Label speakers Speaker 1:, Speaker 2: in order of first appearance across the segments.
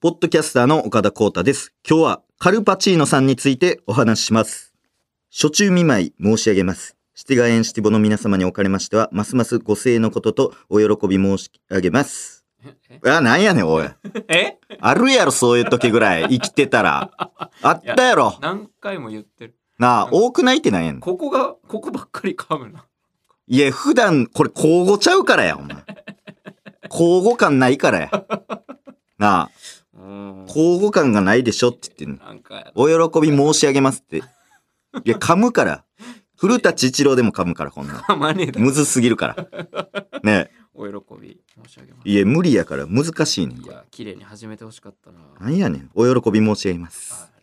Speaker 1: ポッドキャスターの岡田光太です。今日はカルパチーノさんについてお話しします。初中見舞い申し上げます。シティガエンシティボの皆様におかれましては、ますますご声援のこととお喜び申し上げます。あ、なんやねん、おい。
Speaker 2: え
Speaker 1: あるやろ、そういう時ぐらい。生きてたら。あったやろ。
Speaker 2: 何回も言ってる。
Speaker 1: なあ、多くないってなんやねん。
Speaker 2: ここが、ここばっかり噛むな。
Speaker 1: いや、普段、これ、交互ちゃうからや、お前。交互感ないからや。なあ、
Speaker 2: うん
Speaker 1: 交互感がないでしょって言ってんの。
Speaker 2: なんか、
Speaker 1: お喜び申し上げますって。いや、噛むから。古田一郎でも噛むから、こんなん。
Speaker 2: 噛まねえだろ。
Speaker 1: むずすぎるから。ね
Speaker 2: お喜び申し上げます。
Speaker 1: え。いや、無理やから、難しいねん。
Speaker 2: いや、綺麗に始めてほしかったな。ああ
Speaker 1: な
Speaker 2: り
Speaker 1: んやねん。お喜び申し上げま
Speaker 2: が
Speaker 1: す。
Speaker 2: とうござい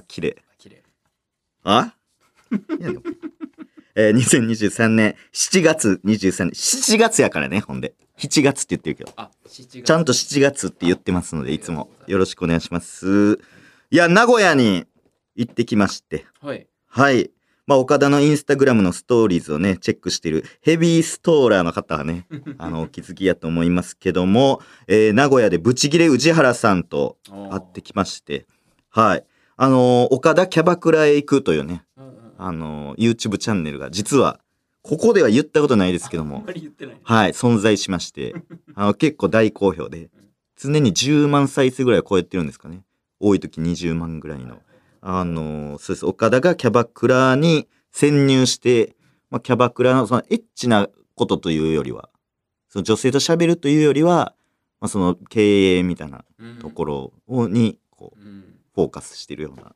Speaker 1: あ、綺麗。
Speaker 2: ます。綺麗。
Speaker 1: あいやでもえー、2023年7月23日7月やからね、ほんで。7月って言ってるけど。
Speaker 2: あ、7月。
Speaker 1: ちゃんと7月って言ってますので、いつもよろしくお願いします。いや、名古屋に行ってきまして。
Speaker 2: はい。
Speaker 1: はい。まあ、岡田のインスタグラムのストーリーズをね、チェックしているヘビーストーラーの方はね、あの、お気づきやと思いますけども、えー名古屋でブチギレ宇原さんと会
Speaker 2: あ
Speaker 1: ってきまして、はい。あのー岡田キャバクラへ行くというね、
Speaker 2: うんうんあ
Speaker 1: あのー YouTube チャンネルが、実は、ここでは言ったことないですけど
Speaker 2: ん
Speaker 1: も
Speaker 2: ま、り言ってない。
Speaker 1: はい、存在しま して、あの結構大好評で、常に10万再生ぐらいは超えてるんですかね。多い時20万ぐらいの。あのーそうです。岡田がキャバクラに潜入して、まあ、キャバクラのそのエッチなことというよりは、その女性と喋るというよりは、まあ、その経営みたいな
Speaker 2: うん
Speaker 1: ところをに、こう、
Speaker 2: うん。
Speaker 1: フォーカスしてるような。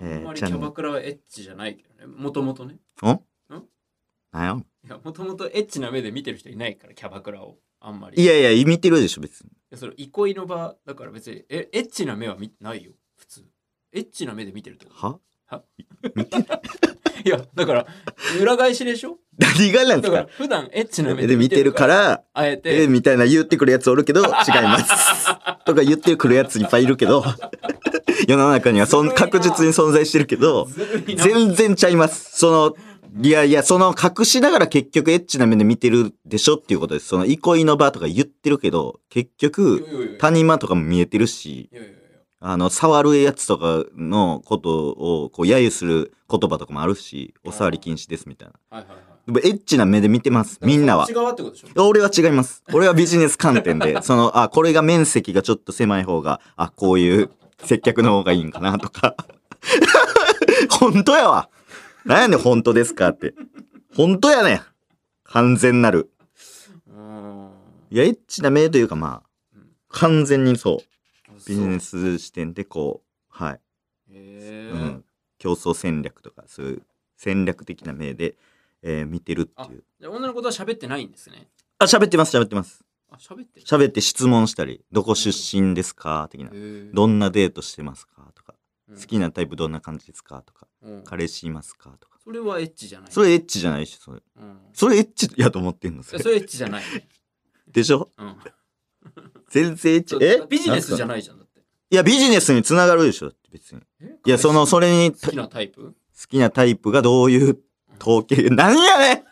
Speaker 2: あんまりキャバクラはエッチじゃないけどね。もともとね。
Speaker 1: なんや
Speaker 2: いや、もともとエッチな目で見てる人いないから、キャバクラを。あんまり。
Speaker 1: い
Speaker 2: い
Speaker 1: やいや、見てるでしょ、別に。
Speaker 2: や、それ、憩いの場だから別に、え、エッチな目は見ないよ。普通。エッチな目で見てるってこと
Speaker 1: は
Speaker 2: いや、だから、裏返しでしょ
Speaker 1: 何がなんです
Speaker 2: だ から
Speaker 1: か、
Speaker 2: 普段エッチな目
Speaker 1: で、見てるか、ら、
Speaker 2: あえ
Speaker 1: え
Speaker 2: て、
Speaker 1: みたいな言ってくるやつおるけど、違い ます。とか言ってくるやついっぱいいるけど、 世の中にはそん
Speaker 2: すごいな
Speaker 1: 確実に存在してるけど、
Speaker 2: ずるいな
Speaker 1: 全然ちゃいます。その、いやいや、その隠しながら結局エッチな目で見てるでしょっていうことです。その憩いの場とか言ってるけど、結
Speaker 2: い
Speaker 1: 局、
Speaker 2: やいやいや
Speaker 1: 谷間とかも見えてるし、
Speaker 2: いやいやい
Speaker 1: あの、触るやつとかのことを、こう、揶揄する言葉とかもあるし、お触り禁止ですみたいな。
Speaker 2: やはいはいはい。
Speaker 1: でもエッチな目で見てます、みんなは
Speaker 2: 違。うってことでしょ
Speaker 1: 俺は違います。俺はビジネス観点で、 その、あ、これが面積がちょっと狭い方が、あ、こういう接客の方がいいんかなとか。 本当やわ。なんやねん、本当ですかって。本当やねん。完全なる。
Speaker 2: うーん。
Speaker 1: いや、エッチな目というか、まあ、完全にそう、ビジネス
Speaker 2: ス。
Speaker 1: 視点でこう、はい、
Speaker 2: へ
Speaker 1: う
Speaker 2: ー
Speaker 1: ん、競争戦略とか、そういう戦略的な目で、えー見てるっていう。
Speaker 2: じゃあ女の子とは喋ってないんですね。
Speaker 1: あ、喋ってます、喋ってます。
Speaker 2: あ、喋ってる。
Speaker 1: 喋って質問したり、どこ出身ですか的な。
Speaker 2: ど
Speaker 1: どんなデートしてますかとか、好き
Speaker 2: な、
Speaker 1: なタイプどんな感じですかとか、
Speaker 2: うん
Speaker 1: 彼氏いますかとか。
Speaker 2: それはエッチじゃない。
Speaker 1: それエッチじゃないし、それ。
Speaker 2: うん
Speaker 1: それエッチやと思ってんの
Speaker 2: い
Speaker 1: そ
Speaker 2: や
Speaker 1: れ
Speaker 2: それエッチじゃない。
Speaker 1: でしょ
Speaker 2: うん
Speaker 1: 全然エッチ。え
Speaker 2: ビジネスじゃ
Speaker 1: い
Speaker 2: ないじゃん。だって
Speaker 1: いや、ビジネスにつながるでしょ別に。
Speaker 2: え
Speaker 1: いや、その、それに、
Speaker 2: 好
Speaker 1: 好
Speaker 2: きなタイプ
Speaker 1: きなタイプがどういう統計、なんや ねん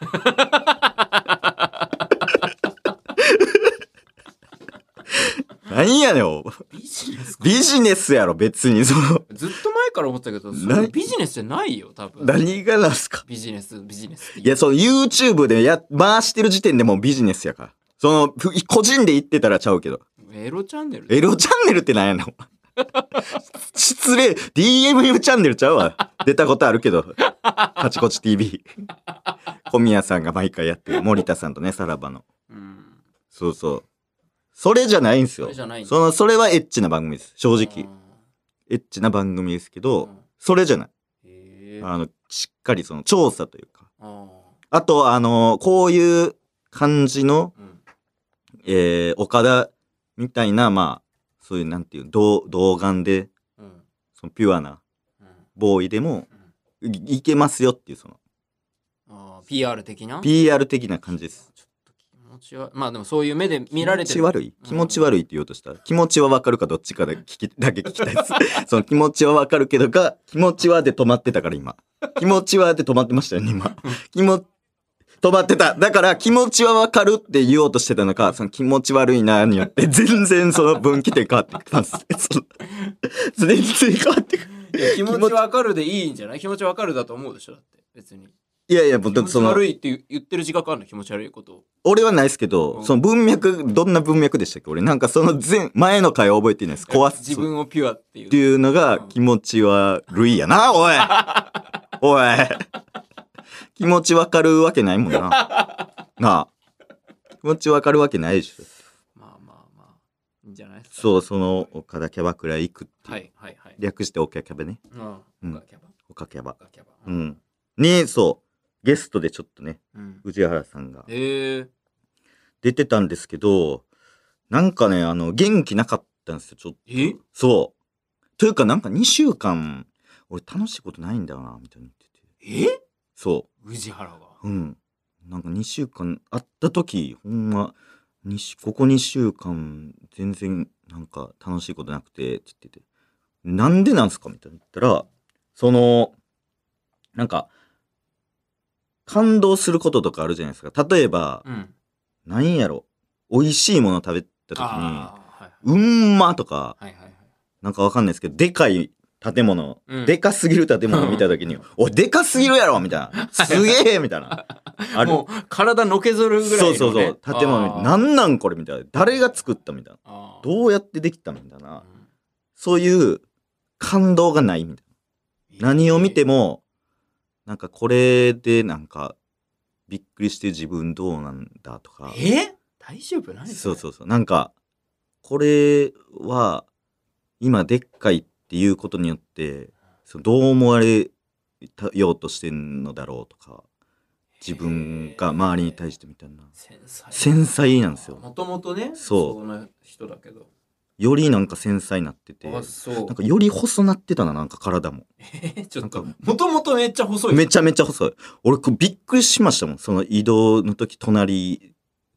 Speaker 1: なんやねんお
Speaker 2: ビジネスか
Speaker 1: ビジネスやろ、別に。その、
Speaker 2: ずっと前から思ってたけど、そ
Speaker 1: な
Speaker 2: れ
Speaker 1: い
Speaker 2: ビジネスじゃないよ、多分。
Speaker 1: 何がなんすか
Speaker 2: ビジネス、ビジネスって
Speaker 1: いや、その YouTube でや、回してる時点でもうビジネスやから。その、ふ個人で言ってたらちゃうけど。
Speaker 2: エロチャンネル
Speaker 1: エロチャンネルってなんやねん。お 前失礼、DMU チャンネルちゃうわ。出たことあるけど。カチコチ TV。小宮さんが毎回やってる。森田さんとね、さらばの。
Speaker 2: うん。
Speaker 1: そうそう。それじゃないんすよ。
Speaker 2: それじゃないんだ
Speaker 1: その、それはエッチな番組です。正
Speaker 2: う
Speaker 1: 直。
Speaker 2: ん
Speaker 1: エッチな番組ですけ
Speaker 2: う
Speaker 1: ど
Speaker 2: ん、
Speaker 1: それじゃない。
Speaker 2: へえ
Speaker 1: あの、しっかりその、調査というか。
Speaker 2: あ
Speaker 1: あと、あの、こういう感じの、
Speaker 2: ーうん
Speaker 1: えー岡田みたいな、まあ、そういう、なんていう、童童顔で、
Speaker 2: うん
Speaker 1: そのピュアな
Speaker 2: うん
Speaker 1: ボーイでも、いいけますよっていう、その、
Speaker 2: あー PR 的な
Speaker 1: PR 的な感じです。
Speaker 2: ちょっと気持ちはまあでもそういう目で見られて
Speaker 1: 気持ち
Speaker 2: る
Speaker 1: 悪い気持ち悪いって言おうとした。気持ちはわかるかどっちかで 聞き、だけ聞きたいです。その気持ちはわかるけどか、気持ちはで止まってたから今。気持ちはで止まってましたよね、今。気持、止まってた。だから気持ちはわかるって言おうとしてたのか、その気持ち悪いなによって、全然その分岐点変わってきたん です。その全然変わってくる。
Speaker 2: いや気持ちわかるでいいんじゃない気持ちわかるだと思うでしょだって別に
Speaker 1: いやいや、もう
Speaker 2: 気
Speaker 1: だっ
Speaker 2: 持
Speaker 1: て
Speaker 2: ち
Speaker 1: その、
Speaker 2: 悪いって言ってる自覚あるの気持ち悪いことを
Speaker 1: 俺はないですけ
Speaker 2: う
Speaker 1: ど、
Speaker 2: ん
Speaker 1: その文脈、どんな文脈でしたっけ俺なんかその前、前の回は覚えてないです。壊す。
Speaker 2: 自分をピュアっていう
Speaker 1: っていうのが気持ち悪いやな、おい おい気持ちわかるわけないもんな。なあ。気持ちわかるわけないでしょ。
Speaker 2: まあまあまあいいんじゃないですか
Speaker 1: そう、その、岡田キャバクラ行くっていう。
Speaker 2: はいはいはい
Speaker 1: 略してオカキャバね。
Speaker 2: うん
Speaker 1: うん
Speaker 2: ガキャバ
Speaker 1: 岡キャバ。
Speaker 2: ガキャバ
Speaker 1: うん。に、そう、ゲストでちょっとね、
Speaker 2: うん
Speaker 1: 宇治原さんが
Speaker 2: ええ
Speaker 1: 出てたんですけど、なんかね、あの、元気なかったんですよ、ちょっと。
Speaker 2: え
Speaker 1: そう。というか、なんか2週間、俺楽しいことないんだよな、みたいに言ってて。
Speaker 2: え
Speaker 1: そう。
Speaker 2: 宇治原が
Speaker 1: うん。なんか2週間会った時ほんまにしここ2週間全然なんか楽しいことなくてって言ってて「なんでなんすか?」みたいな言ったらそのなんか感動することとかあるじゃないですか例えば
Speaker 2: うん
Speaker 1: 何やろ美味しいもの食べた時に
Speaker 2: あ
Speaker 1: 「うんま」とか
Speaker 2: ーはいはいはいはいはい
Speaker 1: なんかわかんないですけどでかい建物
Speaker 2: うん
Speaker 1: でかすぎる建物見た時 に
Speaker 2: うん
Speaker 1: 「おいでかすぎるやろ!」みたいな「すげえ!」みたい な。ある
Speaker 2: もう体のけぞるぐらいの、
Speaker 1: そう
Speaker 2: ね、
Speaker 1: そうそう建物な
Speaker 2: あー
Speaker 1: んなんこれみたいな誰が作ったみたいな
Speaker 2: あー
Speaker 1: どうやってできたみたいな
Speaker 2: うん
Speaker 1: そういう感動がないみたいな何を見てもなんかこれでなんかびっくりして自分どうなんだとか
Speaker 2: え大丈夫ない
Speaker 1: そうそううそうなんかこれは今でっかいっていうことによってそのどう思われたようとしてんのだろうとか自分が周りに対してみたいな
Speaker 2: 繊細
Speaker 1: 繊細なんですよ
Speaker 2: もともとね
Speaker 1: そう
Speaker 2: な人だけど
Speaker 1: よりなんか繊細になってて
Speaker 2: あそう
Speaker 1: なんかより細なってたな、なんか体も。
Speaker 2: えちょっと
Speaker 1: なん
Speaker 2: もともとめっちゃ細い
Speaker 1: めちゃめちゃ細い。俺、こうびっくりしましたもん。その移動の時、隣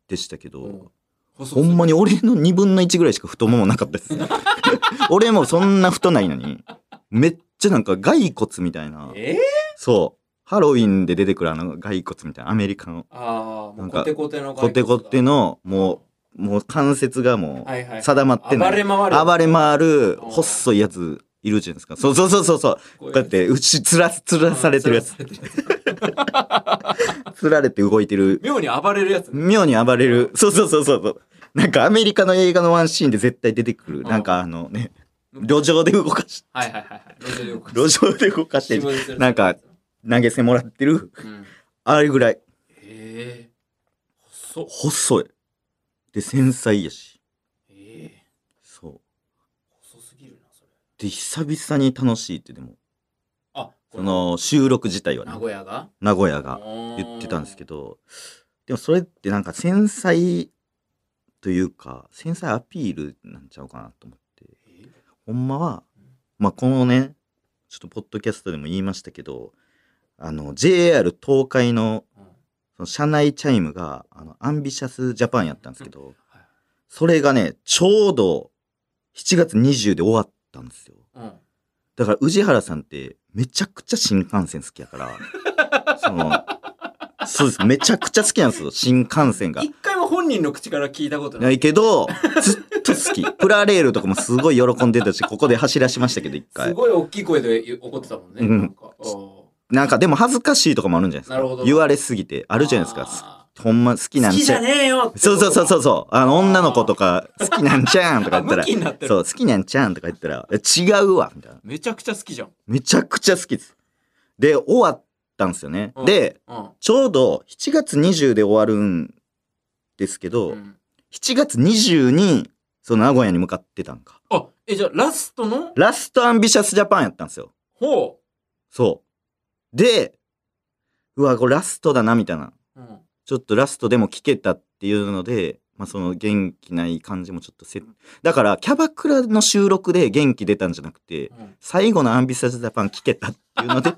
Speaker 1: でしたけ
Speaker 2: う
Speaker 1: ど。
Speaker 2: 細
Speaker 1: ほんま
Speaker 2: に
Speaker 1: に俺の2分の1ぐらいしか太ももなかった ですね。俺もそんな太ないのに。めっちゃなんか骸骨みたいな。
Speaker 2: えー、
Speaker 1: そう。ハロウィンで出てくるあの骸骨みたいな、アメリカの。
Speaker 2: ああも
Speaker 1: な
Speaker 2: うん
Speaker 1: か
Speaker 2: コテコテの
Speaker 1: コテコテ
Speaker 2: の
Speaker 1: の、もう、もう関節がも
Speaker 2: はいは
Speaker 1: う
Speaker 2: い
Speaker 1: 定まってな
Speaker 2: 暴
Speaker 1: い。
Speaker 2: れ回る
Speaker 1: 暴れ回る、
Speaker 2: うん
Speaker 1: 細いやついるじゃないですか。そうそうそうそうそう。こうやって、うち、つら、つらされてるやつ。
Speaker 2: 吊らされてる
Speaker 1: つられて動いてる。
Speaker 2: 妙に暴れるや つね
Speaker 1: 妙に暴れる。そうそうそうそうそう。なんかアメリカの映画のワンシーンで絶対出てくる。
Speaker 2: ん
Speaker 1: なんかあのね、路上で動かし、
Speaker 2: はいはいはいはい路上でよく
Speaker 1: 路上で動かしてる。なんか、投げ銭もらってる。
Speaker 2: うん、
Speaker 1: あれぐらい。
Speaker 2: ええ細っ
Speaker 1: 細い。で、繊細やし。
Speaker 2: ええ
Speaker 1: そう。
Speaker 2: 細すぎるなそれ
Speaker 1: で、久々に楽しいってでも、
Speaker 2: あ
Speaker 1: その収録自体は
Speaker 2: 名
Speaker 1: ね、
Speaker 2: 古屋が
Speaker 1: 名古屋が言
Speaker 2: 言
Speaker 1: ってたんですけど、でもそれってなんか繊細というか、繊細アピールなんちゃうかなと思って。ほんまは
Speaker 2: うん、
Speaker 1: まあ、このね、ちょっとポッドキャストでも言いましたけど、あの、JR 東海のその車内チャイムが、あの、アンビシャスジャパンやったんですけど、それがね、ちょうど7月20で終わったんですよ。
Speaker 2: うん
Speaker 1: だから、宇治原さんって、めちゃくちゃ新幹線好きやから、その、そうです。めちゃくちゃ好きなんですよ、新幹線が。
Speaker 2: 一回も本人の口から聞いたことな
Speaker 1: ないいけど、ずっと好き。プラレールとかもすごい喜んでたし、ここで走らしましたけど、一
Speaker 2: す
Speaker 1: 回。
Speaker 2: ごい大きい声で怒ってたもんね
Speaker 1: うん
Speaker 2: なんかお
Speaker 1: なんかでも恥ずかしいとかもあるんじゃないですか。
Speaker 2: なるほど
Speaker 1: 言われすぎて。あ
Speaker 2: あ
Speaker 1: るじゃないですか。す
Speaker 2: か
Speaker 1: ほんま好き
Speaker 2: 好
Speaker 1: なん
Speaker 2: き
Speaker 1: ち
Speaker 2: じゃ
Speaker 1: ゃう。
Speaker 2: ねえよ
Speaker 1: そうそうそうそうそう。あの、
Speaker 2: あー
Speaker 1: 女の子とか、 好きなんちゃうんとか言った
Speaker 2: 向
Speaker 1: ら、
Speaker 2: きになって
Speaker 1: そ
Speaker 2: る
Speaker 1: う、好きなんちゃうんとか言ったら、え違うわ、みたいな。
Speaker 2: めちゃくちゃ好きじゃん
Speaker 1: めちゃくちゃ好きです。で、終わったんですよね
Speaker 2: う。ん
Speaker 1: で、
Speaker 2: うん
Speaker 1: ちょうど7月20で終わるんですけど、
Speaker 2: うん
Speaker 1: 7月20に、その名古屋に向かってたんか。
Speaker 2: あえじゃあラストの
Speaker 1: ラストアンビシャスジャパンやったんですよ。
Speaker 2: ほ
Speaker 1: そう。で、うわ、これラストだな、みたいな。
Speaker 2: ううん
Speaker 1: ちょっとラストでも聞けたっていうので、まあ、その元気ない感じもちょっとせだからキャバクラの収録で元気出たんじゃなくて
Speaker 2: うん
Speaker 1: 最後の「アンビシャスジャパン」聞けたっていうの で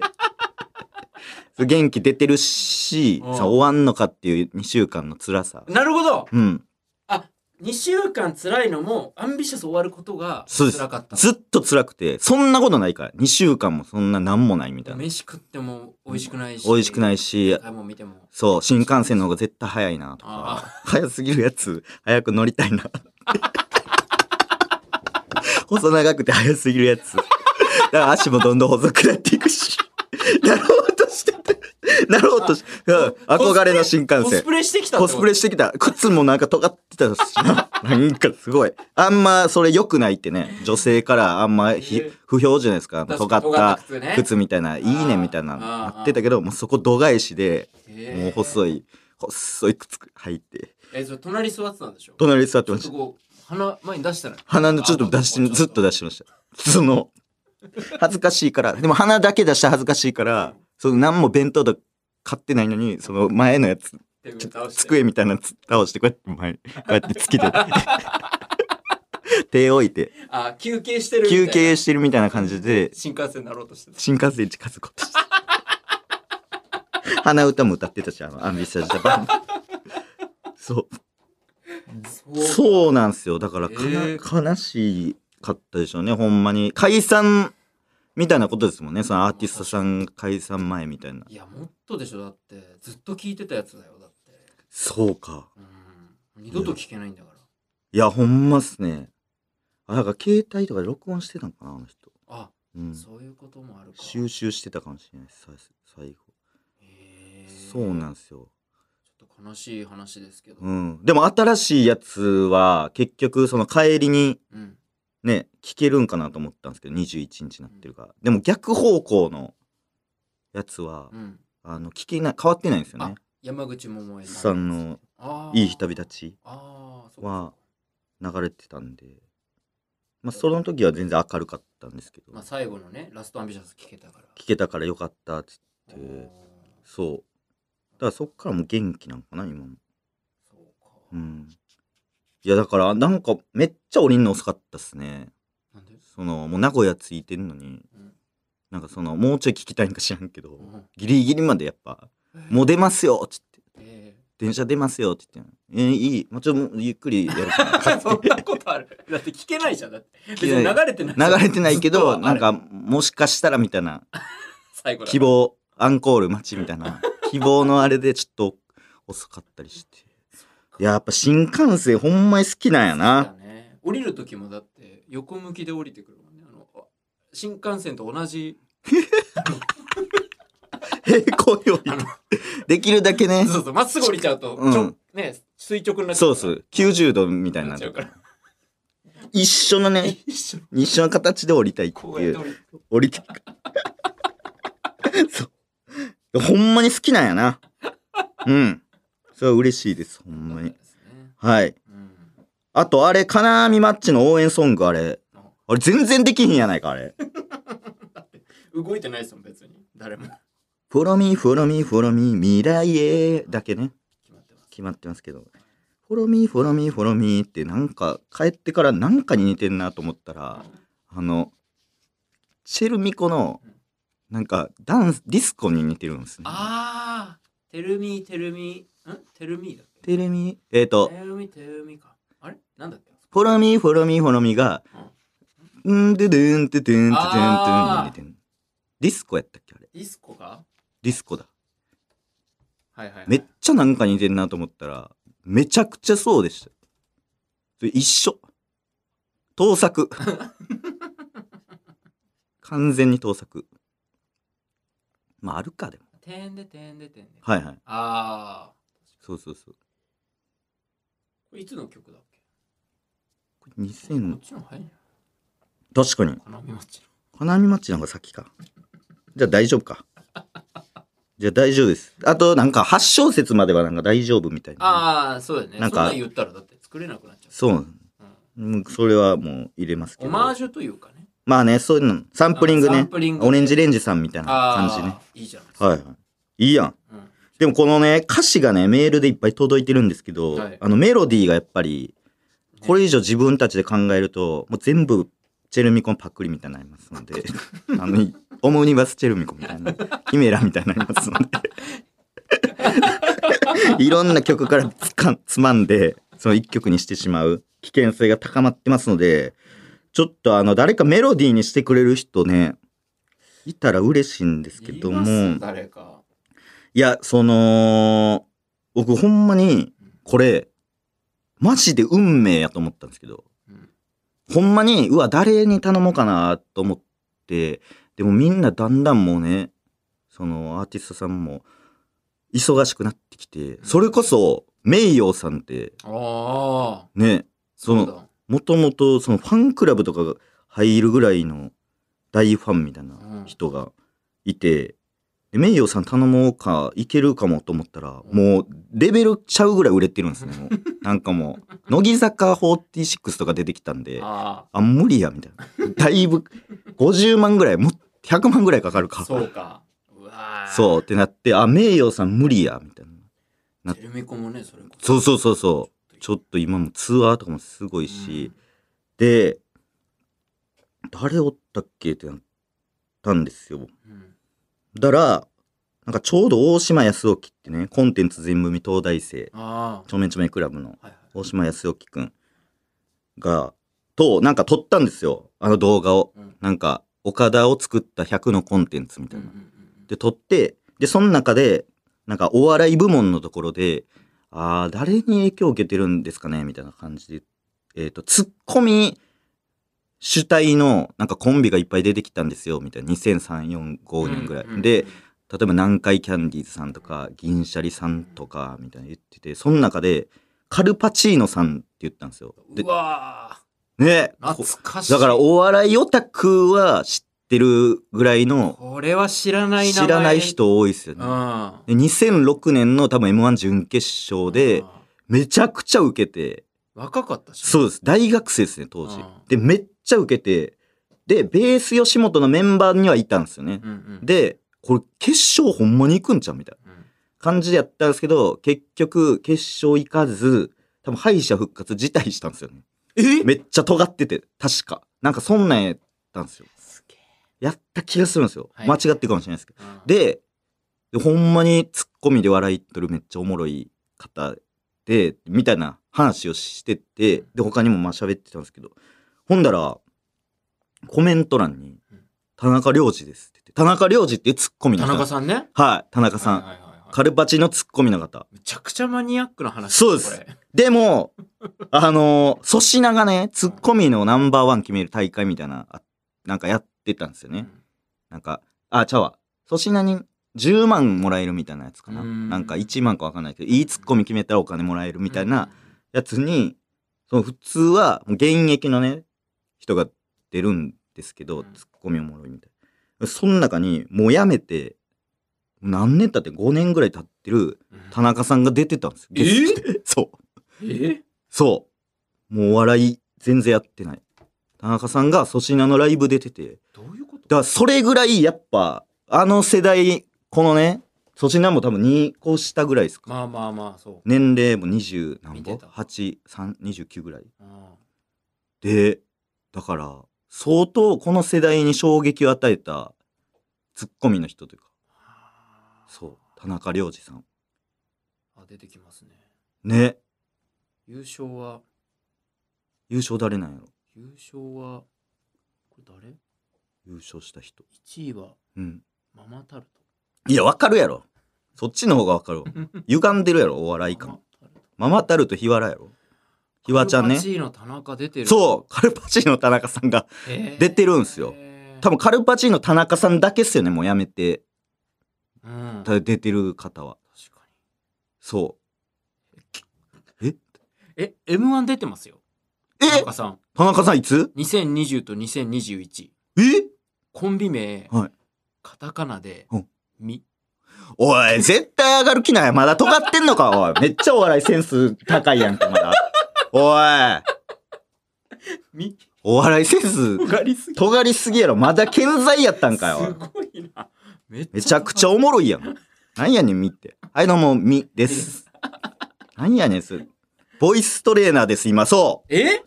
Speaker 1: そう元気出てるし
Speaker 2: うん
Speaker 1: さ終わんのかっていう2週間の辛さ
Speaker 2: なるほど
Speaker 1: うん
Speaker 2: 2週間辛いのもアンビシャス終わることが
Speaker 1: そうです
Speaker 2: 辛かった
Speaker 1: ずっと辛くて、そんなことないから。2週間もそんななんもないみたいな。
Speaker 2: 飯食っても美味しくないし
Speaker 1: 美味しくないし、
Speaker 2: 買い物見ても
Speaker 1: そう、新幹線の方が絶対早いなと
Speaker 2: あ
Speaker 1: か、早すぎるやつ、早く乗りたいな。細長くて早すぎるやつ。だから足もどんどん細くなっていくし。なろうとしてて、なろうとし、うん、憧れの新幹
Speaker 2: コス
Speaker 1: 線。
Speaker 2: プレしてきたって
Speaker 1: コ
Speaker 2: こ
Speaker 1: ス
Speaker 2: と
Speaker 1: プレしてきた。靴もなんか尖ってたしな。なんかすごい。あんまそれ良くないってね。女性からあんまひ
Speaker 2: えー
Speaker 1: 不評じゃないですか。
Speaker 2: 確
Speaker 1: 尖
Speaker 2: かに
Speaker 1: った
Speaker 2: 尖った靴ね
Speaker 1: 靴みたいな、いいねみたいなの
Speaker 2: あー
Speaker 1: あってたけど、もうそこ度外視で、
Speaker 2: へー
Speaker 1: もう細い、細い靴履いて、
Speaker 2: えそれ隣座ってたんでしょ
Speaker 1: 隣に座ってま
Speaker 2: ち
Speaker 1: し
Speaker 2: ょっと
Speaker 1: た。
Speaker 2: こう鼻前に出したら
Speaker 1: 鼻のちょっと出して、ずっと出してました。その、恥ずかしいから、でも鼻だけ出したら恥ずかしいから、その何も弁当とか買ってないのに、その前のやつ、
Speaker 2: て
Speaker 1: ちょっと
Speaker 2: 机
Speaker 1: 机みたいなのつ倒して、こうやって前に、こうやってつけて、手置いて、
Speaker 2: あ休憩してるみたい
Speaker 1: 休
Speaker 2: な
Speaker 1: 憩してるみたいな感じで、
Speaker 2: 新幹線になろうとしてた
Speaker 1: 新幹線に近づこうとして。鼻歌も歌ってたし、あの、アンビシャジャパン。そう。
Speaker 2: う
Speaker 1: そうなんですよ。だからかな、
Speaker 2: え
Speaker 1: 悲しかったでしょうね、ほんまに。解散みたいなことですもんね、そのアーティストさん解散前みたいな。
Speaker 2: いやもっとでしょだってずっと聞いてたやつだよだって
Speaker 1: そうか。
Speaker 2: うん二度と聞けないんだから
Speaker 1: いや、ほんまっすね。あ、だから携帯とかで録音してたんかな、あの人。
Speaker 2: あ
Speaker 1: うん。
Speaker 2: そういうこともあるか
Speaker 1: 収集してたかもしれないです、さ最後。
Speaker 2: へー
Speaker 1: そうなんですよ。
Speaker 2: ちょっと悲しい話ですけど
Speaker 1: うん。でも新しいやつは、結局、その帰りに、
Speaker 2: うん
Speaker 1: ね、聞けるんかなと思ったんですけど、21日になってるから。でも逆方向のやつは、
Speaker 2: うん
Speaker 1: あの聞けない変わってないんですよね。
Speaker 2: 山口百恵
Speaker 1: さんの
Speaker 2: あー
Speaker 1: いい日旅立ち
Speaker 2: ああそう
Speaker 1: は流れてたんで、まあその時は全然明るかったんですけど、
Speaker 2: まあ最後のねラストアンビシャス聞けたから
Speaker 1: 聞けたからよかったっつって、
Speaker 2: おー
Speaker 1: そう。だからそっからもう元気なんかな今も。
Speaker 2: そうか、
Speaker 1: うん。いやだからなんかめっちゃ降りんの遅かったっすね。
Speaker 2: なんで、
Speaker 1: そのもう名古屋ついてんのに、
Speaker 2: うん
Speaker 1: なんかそのもうちょい聞きたいんか知らんけど、
Speaker 2: うん
Speaker 1: ギリギリまでやっぱもう出ますよっつって。
Speaker 2: えー
Speaker 1: 電車出ますよって言って「えーいいもうちょっとゆっくりやるから」
Speaker 2: そんなことあるだって聞けないじゃんだって別
Speaker 1: けな
Speaker 2: に
Speaker 1: い
Speaker 2: 流れてない
Speaker 1: 流れてないけ
Speaker 2: ずっとは
Speaker 1: ど
Speaker 2: あれ
Speaker 1: なんかもしかしたらみたいな
Speaker 2: 最後だ
Speaker 1: 希望アンコール待ちみたい な希望のあれでちょっと遅かったりしていややっぱ新幹線ほんまに好きなんや
Speaker 2: そ
Speaker 1: な
Speaker 2: うだね降りる時もだって横向きで降りてくるもんねあのあ新幹線と同じ
Speaker 1: 平行より
Speaker 2: あの
Speaker 1: できるだけね
Speaker 2: そうそうまっすぐ降りちゃうと、
Speaker 1: うん
Speaker 2: ちょね垂直になっちゃ
Speaker 1: そう
Speaker 2: う
Speaker 1: っす90度みたいに
Speaker 2: な
Speaker 1: なっ
Speaker 2: っちゃ うから
Speaker 1: 一緒のね
Speaker 2: 一緒に
Speaker 1: 一緒の形で降りたいって
Speaker 2: こうや
Speaker 1: い
Speaker 2: って
Speaker 1: う
Speaker 2: 降りて
Speaker 1: 降りてそうほんまに好きなんやなうんそれは嬉しいですほんまに
Speaker 2: ですね
Speaker 1: はい
Speaker 2: うん
Speaker 1: あとあれ金網マッチの応援ソングあれあれ全然できひんやないかあれ
Speaker 2: 動いてないですもん別に誰も
Speaker 1: フォロミーフォロミーフォロミー未来へだけね
Speaker 2: 決まってます
Speaker 1: 決まってますけどフォロミーフォロミーフォロミーってなんか帰ってからなんかに似てんなと思ったらあのチェルミコのなんかダンスディスコに似てるんですね
Speaker 2: あーテルミーテルミーんテルミーだっけ
Speaker 1: テレミえっ、と
Speaker 2: テルミーテルミーかあれなんだっけ
Speaker 1: フォロミーフォロミーフォロミーが、うんででんてでんてでんてでんに似てんディスコやったっけあれ
Speaker 2: ディスコか
Speaker 1: ディスコだ
Speaker 2: はいはい、はい、
Speaker 1: めっちゃなんか似てんなと思ったら、めちゃくちゃそうでした。それ一緒。盗 作。完全に盗作。まあ、あるか、でも。
Speaker 2: てんでてんでてんで
Speaker 1: はいはい。
Speaker 2: ああ
Speaker 1: そうそうそう。
Speaker 2: これいつの曲だっけ
Speaker 1: これ2000
Speaker 2: こっ、ちの方が早いな
Speaker 1: 確かに。
Speaker 2: 花見町
Speaker 1: 金網マッチの方が先か。じゃあ大丈夫か。じゃあ大丈夫です。あと、なんか8小節まではなんか大丈夫みたいな。
Speaker 2: ああそうだよね
Speaker 1: な
Speaker 2: なんん
Speaker 1: か
Speaker 2: かそんなん言ったらだって作れなくなっちゃう
Speaker 1: そう。
Speaker 2: う、
Speaker 1: うんそれはもう入れますけ
Speaker 2: ん、オ
Speaker 1: ど。
Speaker 2: マージュというかね
Speaker 1: まあね、そういうの、サンプリングね。
Speaker 2: サンプリング
Speaker 1: オレンジレンジさんみたいな感じね
Speaker 2: あ。ーいいじゃん
Speaker 1: はいはい。いいやん。
Speaker 2: うん
Speaker 1: でもこのね、歌詞がね、メールでいっぱい届いてるんですけど、
Speaker 2: はい
Speaker 1: あのメロディーがやっぱり、これ以上自分たちで考えると、もう全部、チェルミコンパクリみたいになりますの で、あの、オムニバスチェルミコンみたいな、キメラみたいになり ますので、いろんな曲からつかんつまんで、その一曲にしてしまう危険性が高まってますので、ちょっとあの、誰かメロディーにしてくれる人ね、いたら嬉しいんですけども、
Speaker 2: 言います誰か。
Speaker 1: いや、その、僕ほんまに、これ、マジで運命やと思ったんですけど、
Speaker 2: うん
Speaker 1: ほんまに、うわ、誰に頼もうかなと思って、でもみんなだんだんもうね、そのアーティストさんも忙しくなってきて、それこそ、名誉さんって
Speaker 2: ああ。
Speaker 1: ね、その
Speaker 2: うだ
Speaker 1: もともとそのファンクラブとかが入るぐらいの大ファンみたいな
Speaker 2: うん
Speaker 1: 人がいて、で名誉さん頼もうか、いけるかもと思ったら、
Speaker 2: うん
Speaker 1: もうレベルちゃうぐらい売れてるんですね、 もうなんかもう、乃木坂46とか出てきたんで、
Speaker 2: あ
Speaker 1: あ、無理や、みたいな。だいぶ、50万ぐらい、もっ100万ぐらいかかる
Speaker 2: あ。
Speaker 1: か。
Speaker 2: そうか。うわー
Speaker 1: そうってなって、あ、名誉さん無理や、みたいな。な
Speaker 2: ジェルミコもね、それこ
Speaker 1: そうそうそうそう。ちょ
Speaker 2: っ
Speaker 1: っと今もツアーとかもすごいし、で、誰おったっけってなったんですよ。
Speaker 2: うんうん
Speaker 1: だから、なんかちょうど大島康興ってね、コンテンツ全部見東大生、
Speaker 2: あ
Speaker 1: ちょめちょめクラブの
Speaker 2: あ。はいはい。
Speaker 1: 大島康興くんが、と、なんか撮ったんですよ。あの動画を。
Speaker 2: うん
Speaker 1: なんか、岡田を作った100のコンテンツみ
Speaker 2: う
Speaker 1: た
Speaker 2: ん
Speaker 1: い
Speaker 2: うん
Speaker 1: な。
Speaker 2: うん
Speaker 1: で、撮って、で、その中で、なんかお笑い部門のところで、あー誰に影響を受けてるんですかねみたいな感じで、えっ、と、ツッコミ主体のなんかコンビがいっぱい出てきたんですよ、みたいな。2003、4、5年ぐらい。
Speaker 2: うんうんうん
Speaker 1: で、例えば南海キャンディーズさんとか、銀シャリさんとか、みたいな言ってて、その中で、カルパチーノさんって言ったんですよ。で
Speaker 2: う、わ
Speaker 1: ね、
Speaker 2: ー懐かしい。
Speaker 1: だからお笑いオタクは知ってるぐらいの、
Speaker 2: これは知らない名前
Speaker 1: 知らない。人多いですよ
Speaker 2: う
Speaker 1: ね。
Speaker 2: ん。
Speaker 1: で2006年の多分 M1 準決勝で
Speaker 2: あ、あ
Speaker 1: めちゃくちゃ受けて、
Speaker 2: 若かったし。
Speaker 1: そうです。大学生ですね、当時
Speaker 2: ああ。
Speaker 1: で、めっちゃ受けて、で、ベース吉本のメンバーにはいたんですよね
Speaker 2: う。んうん。
Speaker 1: で、これ決勝ほんまに行くんちゃうみたいな
Speaker 2: うん、
Speaker 1: 感じでやったんですけど、結局決勝行かず、多分敗者復活辞退したんですよね。
Speaker 2: え
Speaker 1: めっちゃ尖ってて、確か。なんかそんなんやったんですよ。
Speaker 2: すげえ。
Speaker 1: やった気がするんですよ。
Speaker 2: はい
Speaker 1: 間違ってるかもしれないですけど。
Speaker 2: うん、
Speaker 1: で、でほんまにツッコミで笑いとるめっちゃおもろい方で、みたいな話をしてて、で、他にもまあ喋ってたんですけど、ほんだら、コメント欄に
Speaker 2: うん、
Speaker 1: 田中良次ですって言って、田中良次っていうツッコミの
Speaker 2: 田
Speaker 1: 方。
Speaker 2: 中さんね。
Speaker 1: はい、田中さん。
Speaker 2: はいはいはいはい
Speaker 1: カルパチのツッコミの方。
Speaker 2: めちゃくちゃマニアックな話
Speaker 1: そうです
Speaker 2: これ
Speaker 1: で も、あのー粗品がね、ツッコミのナンバーワン決める大会みたいな、あなんかやってたんですよね。なんか、あ、ちゃうわ。粗品に10万もらえるみたいなやつかな。
Speaker 2: うん
Speaker 1: なんか1万かわかんないけど、いいツッコミ決めたらお金もらえるみたいな。やつに、その普通は現役のね、人が出るんですけ
Speaker 2: う
Speaker 1: ど、
Speaker 2: ん
Speaker 1: ツッコミおもろいみたいな。その中に、もうやめて、何年経って5年ぐらい経ってる
Speaker 2: うんうん
Speaker 1: 田中さんが出てたんですよ。
Speaker 2: え
Speaker 1: ゲストで そう。
Speaker 2: え
Speaker 1: そう。もうお笑い全然やってない。田中さんが粗品のライブ出てて、
Speaker 2: どういうこ
Speaker 1: だ
Speaker 2: と
Speaker 1: からそれぐらいやっぱあの世代このね粗品も多分2個下ぐらいですか、
Speaker 2: まあまあまあそう
Speaker 1: 年齢も20何
Speaker 2: 見
Speaker 1: ぼ
Speaker 2: てた
Speaker 1: 8329ぐらい
Speaker 2: あ
Speaker 1: でだから相当この世代に衝撃を与えたツッコミの人というか
Speaker 2: あ
Speaker 1: そう田中良次さん
Speaker 2: あ出てきますね
Speaker 1: ね
Speaker 2: 優勝は
Speaker 1: 優勝誰なんやろ
Speaker 2: 優勝はこれ誰
Speaker 1: 優勝した人
Speaker 2: ?1 位は
Speaker 1: うん
Speaker 2: ママタルト
Speaker 1: いやわかるやろそっちの方がわ かるわ歪んでるやろお笑い
Speaker 2: ママ
Speaker 1: 感
Speaker 2: タルト
Speaker 1: ママタルとヒワラやろひわちゃんね
Speaker 2: カルパチーノ田中出てる
Speaker 1: そうカルパチーノ田中さんが
Speaker 2: う、へえ
Speaker 1: 出てるんすよ
Speaker 2: へえ
Speaker 1: 多分カルパチーノ田中さんだけっすよねもうやめて
Speaker 2: うん、確か
Speaker 1: た出てる方はそ
Speaker 2: にえ M1 出てますよ
Speaker 1: う
Speaker 2: 田
Speaker 1: え
Speaker 2: 中さん
Speaker 1: 田中さんいつ
Speaker 2: 2020と2021
Speaker 1: え
Speaker 2: コンビ名、
Speaker 1: はい
Speaker 2: カタカナで
Speaker 1: うん
Speaker 2: 「み
Speaker 1: おい絶対上がる気ないまだ尖ってんのかおいめっちゃお笑いセンス高いやんかまだおい」
Speaker 2: み
Speaker 1: お笑いセンス
Speaker 2: 尖りすぎ
Speaker 1: 尖りすぎやろまだ健在やったんかよ
Speaker 2: すごいなめ
Speaker 1: めちゃくちゃおもろいやんなんやねんみってはいどうもみですなんやねんすボイストレーナーです今そう
Speaker 2: え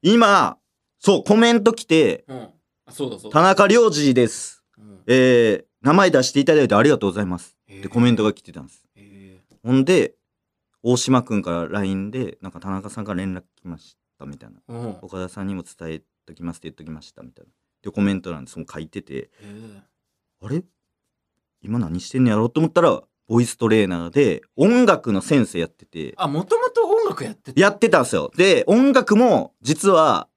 Speaker 1: 今そうコメント来て
Speaker 2: うんあそうだそう
Speaker 1: 田
Speaker 2: だ、
Speaker 1: 中良次です
Speaker 2: うん
Speaker 1: えー名前出していただいてありがとうございます。
Speaker 2: え
Speaker 1: ってコメントが来てたんです。
Speaker 2: えー
Speaker 1: ほんで、大島くんから LINE で、なんか田中さんから連絡来ましたみたいな。
Speaker 2: うん。へ
Speaker 1: 岡田さんにも伝えときますって言っときましたみたいな。で、コメント欄でその書いてて、
Speaker 2: え
Speaker 1: あれ今何してんのやろうと思ったら、ボイストレーナーで音楽の先生やってて、
Speaker 2: あ、もともと音楽やってた。
Speaker 1: やってたんですよ。で、音楽も実は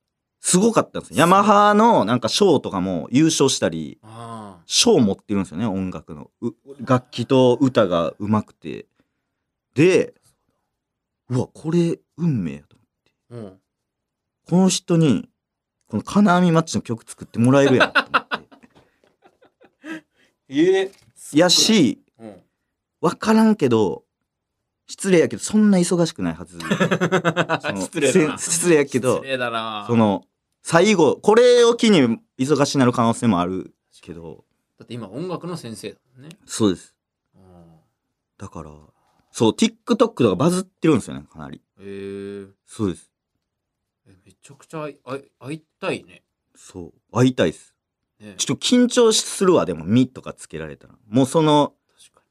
Speaker 1: すごかったんですよ。ヤマハのなんか賞とかも優勝したり、
Speaker 2: あ
Speaker 1: 賞持ってるんですよね、音楽の。う楽器と歌が上手くて。で、うわ、これ運命やと。
Speaker 2: あ。うん。
Speaker 1: この人に、この金網マッチの曲作ってもらえるやんと思って。
Speaker 2: ええ。
Speaker 1: いや。し、
Speaker 2: うん。
Speaker 1: わからんけど、失礼やけど、そんな忙しくないは ず。その
Speaker 2: 失礼だな。
Speaker 1: せ失礼やけど
Speaker 2: 失、礼だな。
Speaker 1: その、最後、これを機に忙しになる可能性もあるけど、
Speaker 2: だって今音楽の先生だもんね。
Speaker 1: そうです。
Speaker 2: うん
Speaker 1: だから、そう、TikTok とかバズってるんですよね、かなり。
Speaker 2: へえ
Speaker 1: そうです。
Speaker 2: えめちゃくちゃ会い会いたいね。
Speaker 1: そう。会いたいです。
Speaker 2: ね
Speaker 1: ちょっと緊張するわ、でも、みとかつけられたら。もうその、
Speaker 2: 確か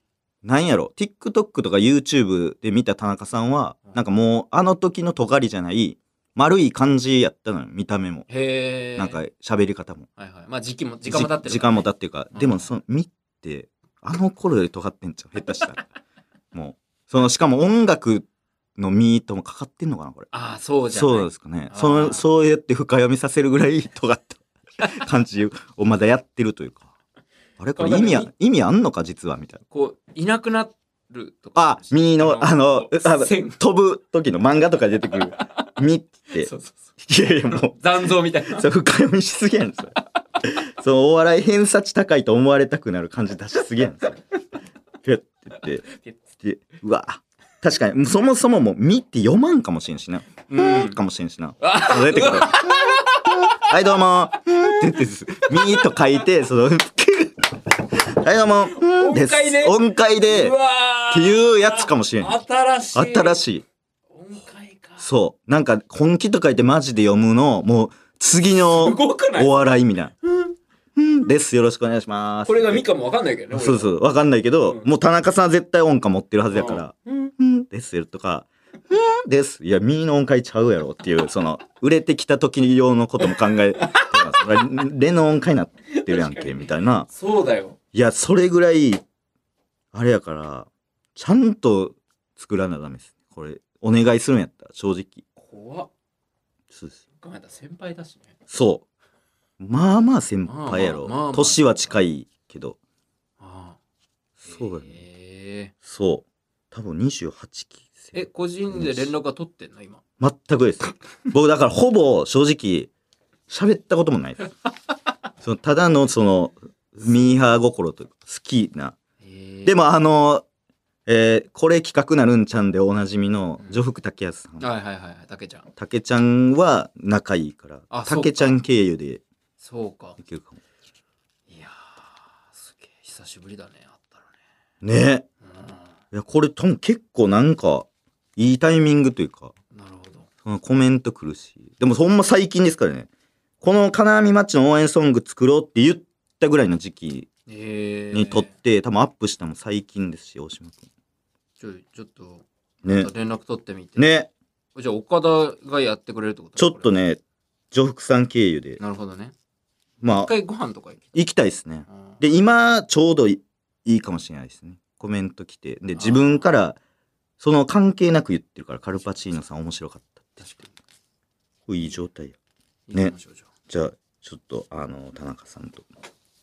Speaker 1: なんやろ TikTok とか YouTube で見た田中さんは
Speaker 2: うん
Speaker 1: なんかもうあの時の尖りじゃない丸い感じやったのよ見た目も
Speaker 2: に。へえ。
Speaker 1: なんか喋り方も
Speaker 2: はいはい。まあ時期も時間も経ってるからね、
Speaker 1: じ時間も経ってるから、
Speaker 2: うん
Speaker 1: でもその見てあの頃より尖ってんちゃう下手したらもうそのしかも音楽のミートもかかってんのかなこれ
Speaker 2: ああそうじゃない。
Speaker 1: そうですかね
Speaker 2: あー
Speaker 1: そのそうやって深読みさせるぐらい尖った感じ をまだやってるというかあれこれ意味あ意味あんのか実はみたいな
Speaker 2: こういなくなると
Speaker 1: あ。
Speaker 2: か
Speaker 1: ミーのあのあの
Speaker 2: 線
Speaker 1: 飛ぶ時の漫画とか出て くる「み」って
Speaker 2: そうそうそう。
Speaker 1: いやいやも
Speaker 2: 残像みたいな
Speaker 1: う。それ深読みしすぎやん それそのお笑い偏差値高いと思われたくなる感じ出しすぎやんそれピュッて言ってでうわ確かにそもそももう「み」って読まんかもしれんしな「
Speaker 2: う
Speaker 1: うんん」かもしれんしな
Speaker 2: あ
Speaker 1: 出てくる はいどうもーって言って「み」と書いてその はいどうもーです
Speaker 2: 音階で
Speaker 1: 音階で
Speaker 2: うわ
Speaker 1: っていうやつかもしれん
Speaker 2: ん。新しい。
Speaker 1: 新
Speaker 2: い。
Speaker 1: しい
Speaker 2: 音階か。
Speaker 1: そう。なんか、本気と書いてマジで読むの、もう、次
Speaker 2: す
Speaker 1: の
Speaker 2: ごくない
Speaker 1: お笑いみたいな。
Speaker 2: うん
Speaker 1: うんです。よろしくお願いします。
Speaker 2: これがミカもわかんないけどね。俺
Speaker 1: そうそう。わかんないけど、
Speaker 2: うん
Speaker 1: もう田中さんは絶対音感持ってるはずやから、。
Speaker 2: うん
Speaker 1: うんですよとか、うんです。いや、右の音階ちゃうやろっていう、その、売れてきた時用のことも考えてます、それレの音階になってるやんけ、みたいな。
Speaker 2: そうだよ。
Speaker 1: いや、それぐらい、あれやから、ちゃんと作らなダメです。これ、お願いするんやったら、正直。
Speaker 2: 怖っ。
Speaker 1: そうです。
Speaker 2: 考えたら先輩だしね。
Speaker 1: そう。まあまあ先輩やろ。
Speaker 2: まあまあまあまあ
Speaker 1: 年は近いけど。
Speaker 2: ああ。
Speaker 1: そうだよね。
Speaker 2: ね。
Speaker 1: そう。多分28期生。
Speaker 2: え、個人で連絡は取ってんの今。
Speaker 1: 全くです。僕だからほぼ正直、喋ったこともないです。そのただのその、ミーハー心というか、好きな。で
Speaker 2: で、
Speaker 1: もあの、えーこれ企画なるんちゃんでおなじみの、ジョフク竹安さん。
Speaker 2: はいはいはい、たけちゃん。
Speaker 1: 竹ちゃんは仲いいから
Speaker 2: あ、そうか
Speaker 1: 竹ちゃん経由で
Speaker 2: そうか
Speaker 1: い。けるかも。
Speaker 2: いやー、すげえ、久しぶりだね、あった
Speaker 1: ね
Speaker 2: らね。
Speaker 1: いや、これ、とも結構なんか、いいタイミングというか、
Speaker 2: うん、なるほど。
Speaker 1: そのコメント来るし。でも、ほんま最近ですからね。この金網マッチの応援ソング作ろうって言ったぐらいの時期
Speaker 2: えー、
Speaker 1: に撮って、多分アップしたのも最近ですし、大島君。
Speaker 2: ちょい、ちょっと、
Speaker 1: ね。
Speaker 2: 連絡取ってみて。。
Speaker 1: ね。
Speaker 2: じゃあ、岡田がやってくれるってこと
Speaker 1: ちょっと
Speaker 2: ね。
Speaker 1: ね、上福さん経由で。
Speaker 2: なるほどね。
Speaker 1: ま
Speaker 2: 一
Speaker 1: あ、
Speaker 2: 回ご飯とか行き
Speaker 1: 行きたいですね。
Speaker 2: うん
Speaker 1: で、今、ちょうどいいいかもしれないですね。コメント来て。で、自分から、その関係なく言ってるから、カルパチーノさん面白かったって。
Speaker 2: 確か
Speaker 1: これいい状態や。
Speaker 2: に。行きましょうじゃあ
Speaker 1: じゃあ、ちょっと、あの、田中さんと、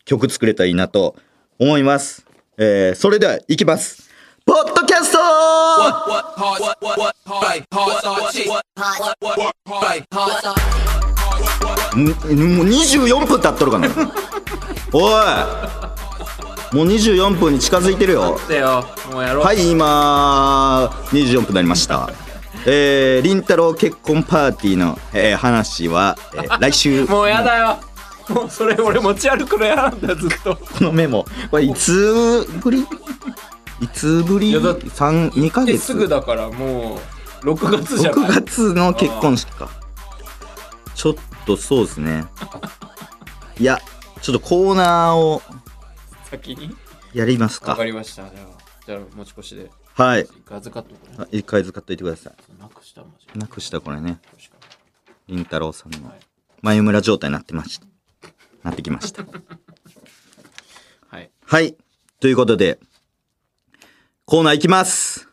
Speaker 1: 曲作れたらいいなと思います。えー、それでは、いきます。ポッドキャストんもう24分経っとるかな おいもう24分に近づいてるよ。
Speaker 2: だよ、もうやろう。
Speaker 1: はい、今、24分になりました。えー、りんたろ結婚パーティーの、えー話は、えー来週。
Speaker 2: もうやだよ。もうそれ俺持ち歩くのやなんだずっと。
Speaker 1: このメモこれいつぶりいつぶり
Speaker 2: いやだ
Speaker 1: 三二ヶ月
Speaker 2: すぐだからもう6月じゃない。
Speaker 1: 6月の結婚式かちょっとそうですねいやちょっとコーナーを
Speaker 2: 先に。
Speaker 1: やります
Speaker 2: わ
Speaker 1: か
Speaker 2: かりました。じゃあじゃあ持ち越しで。
Speaker 1: はい。
Speaker 2: 一回預かっとく
Speaker 1: あ
Speaker 2: ね。
Speaker 1: 一回使っといてください。
Speaker 2: なくした、マジで。
Speaker 1: なくしたこれね。
Speaker 2: 確か
Speaker 1: りんたろーさんの
Speaker 2: はい
Speaker 1: 眉村状態になってました。なってきました。
Speaker 2: にはい。
Speaker 1: はい。ということで、コーナーいきます。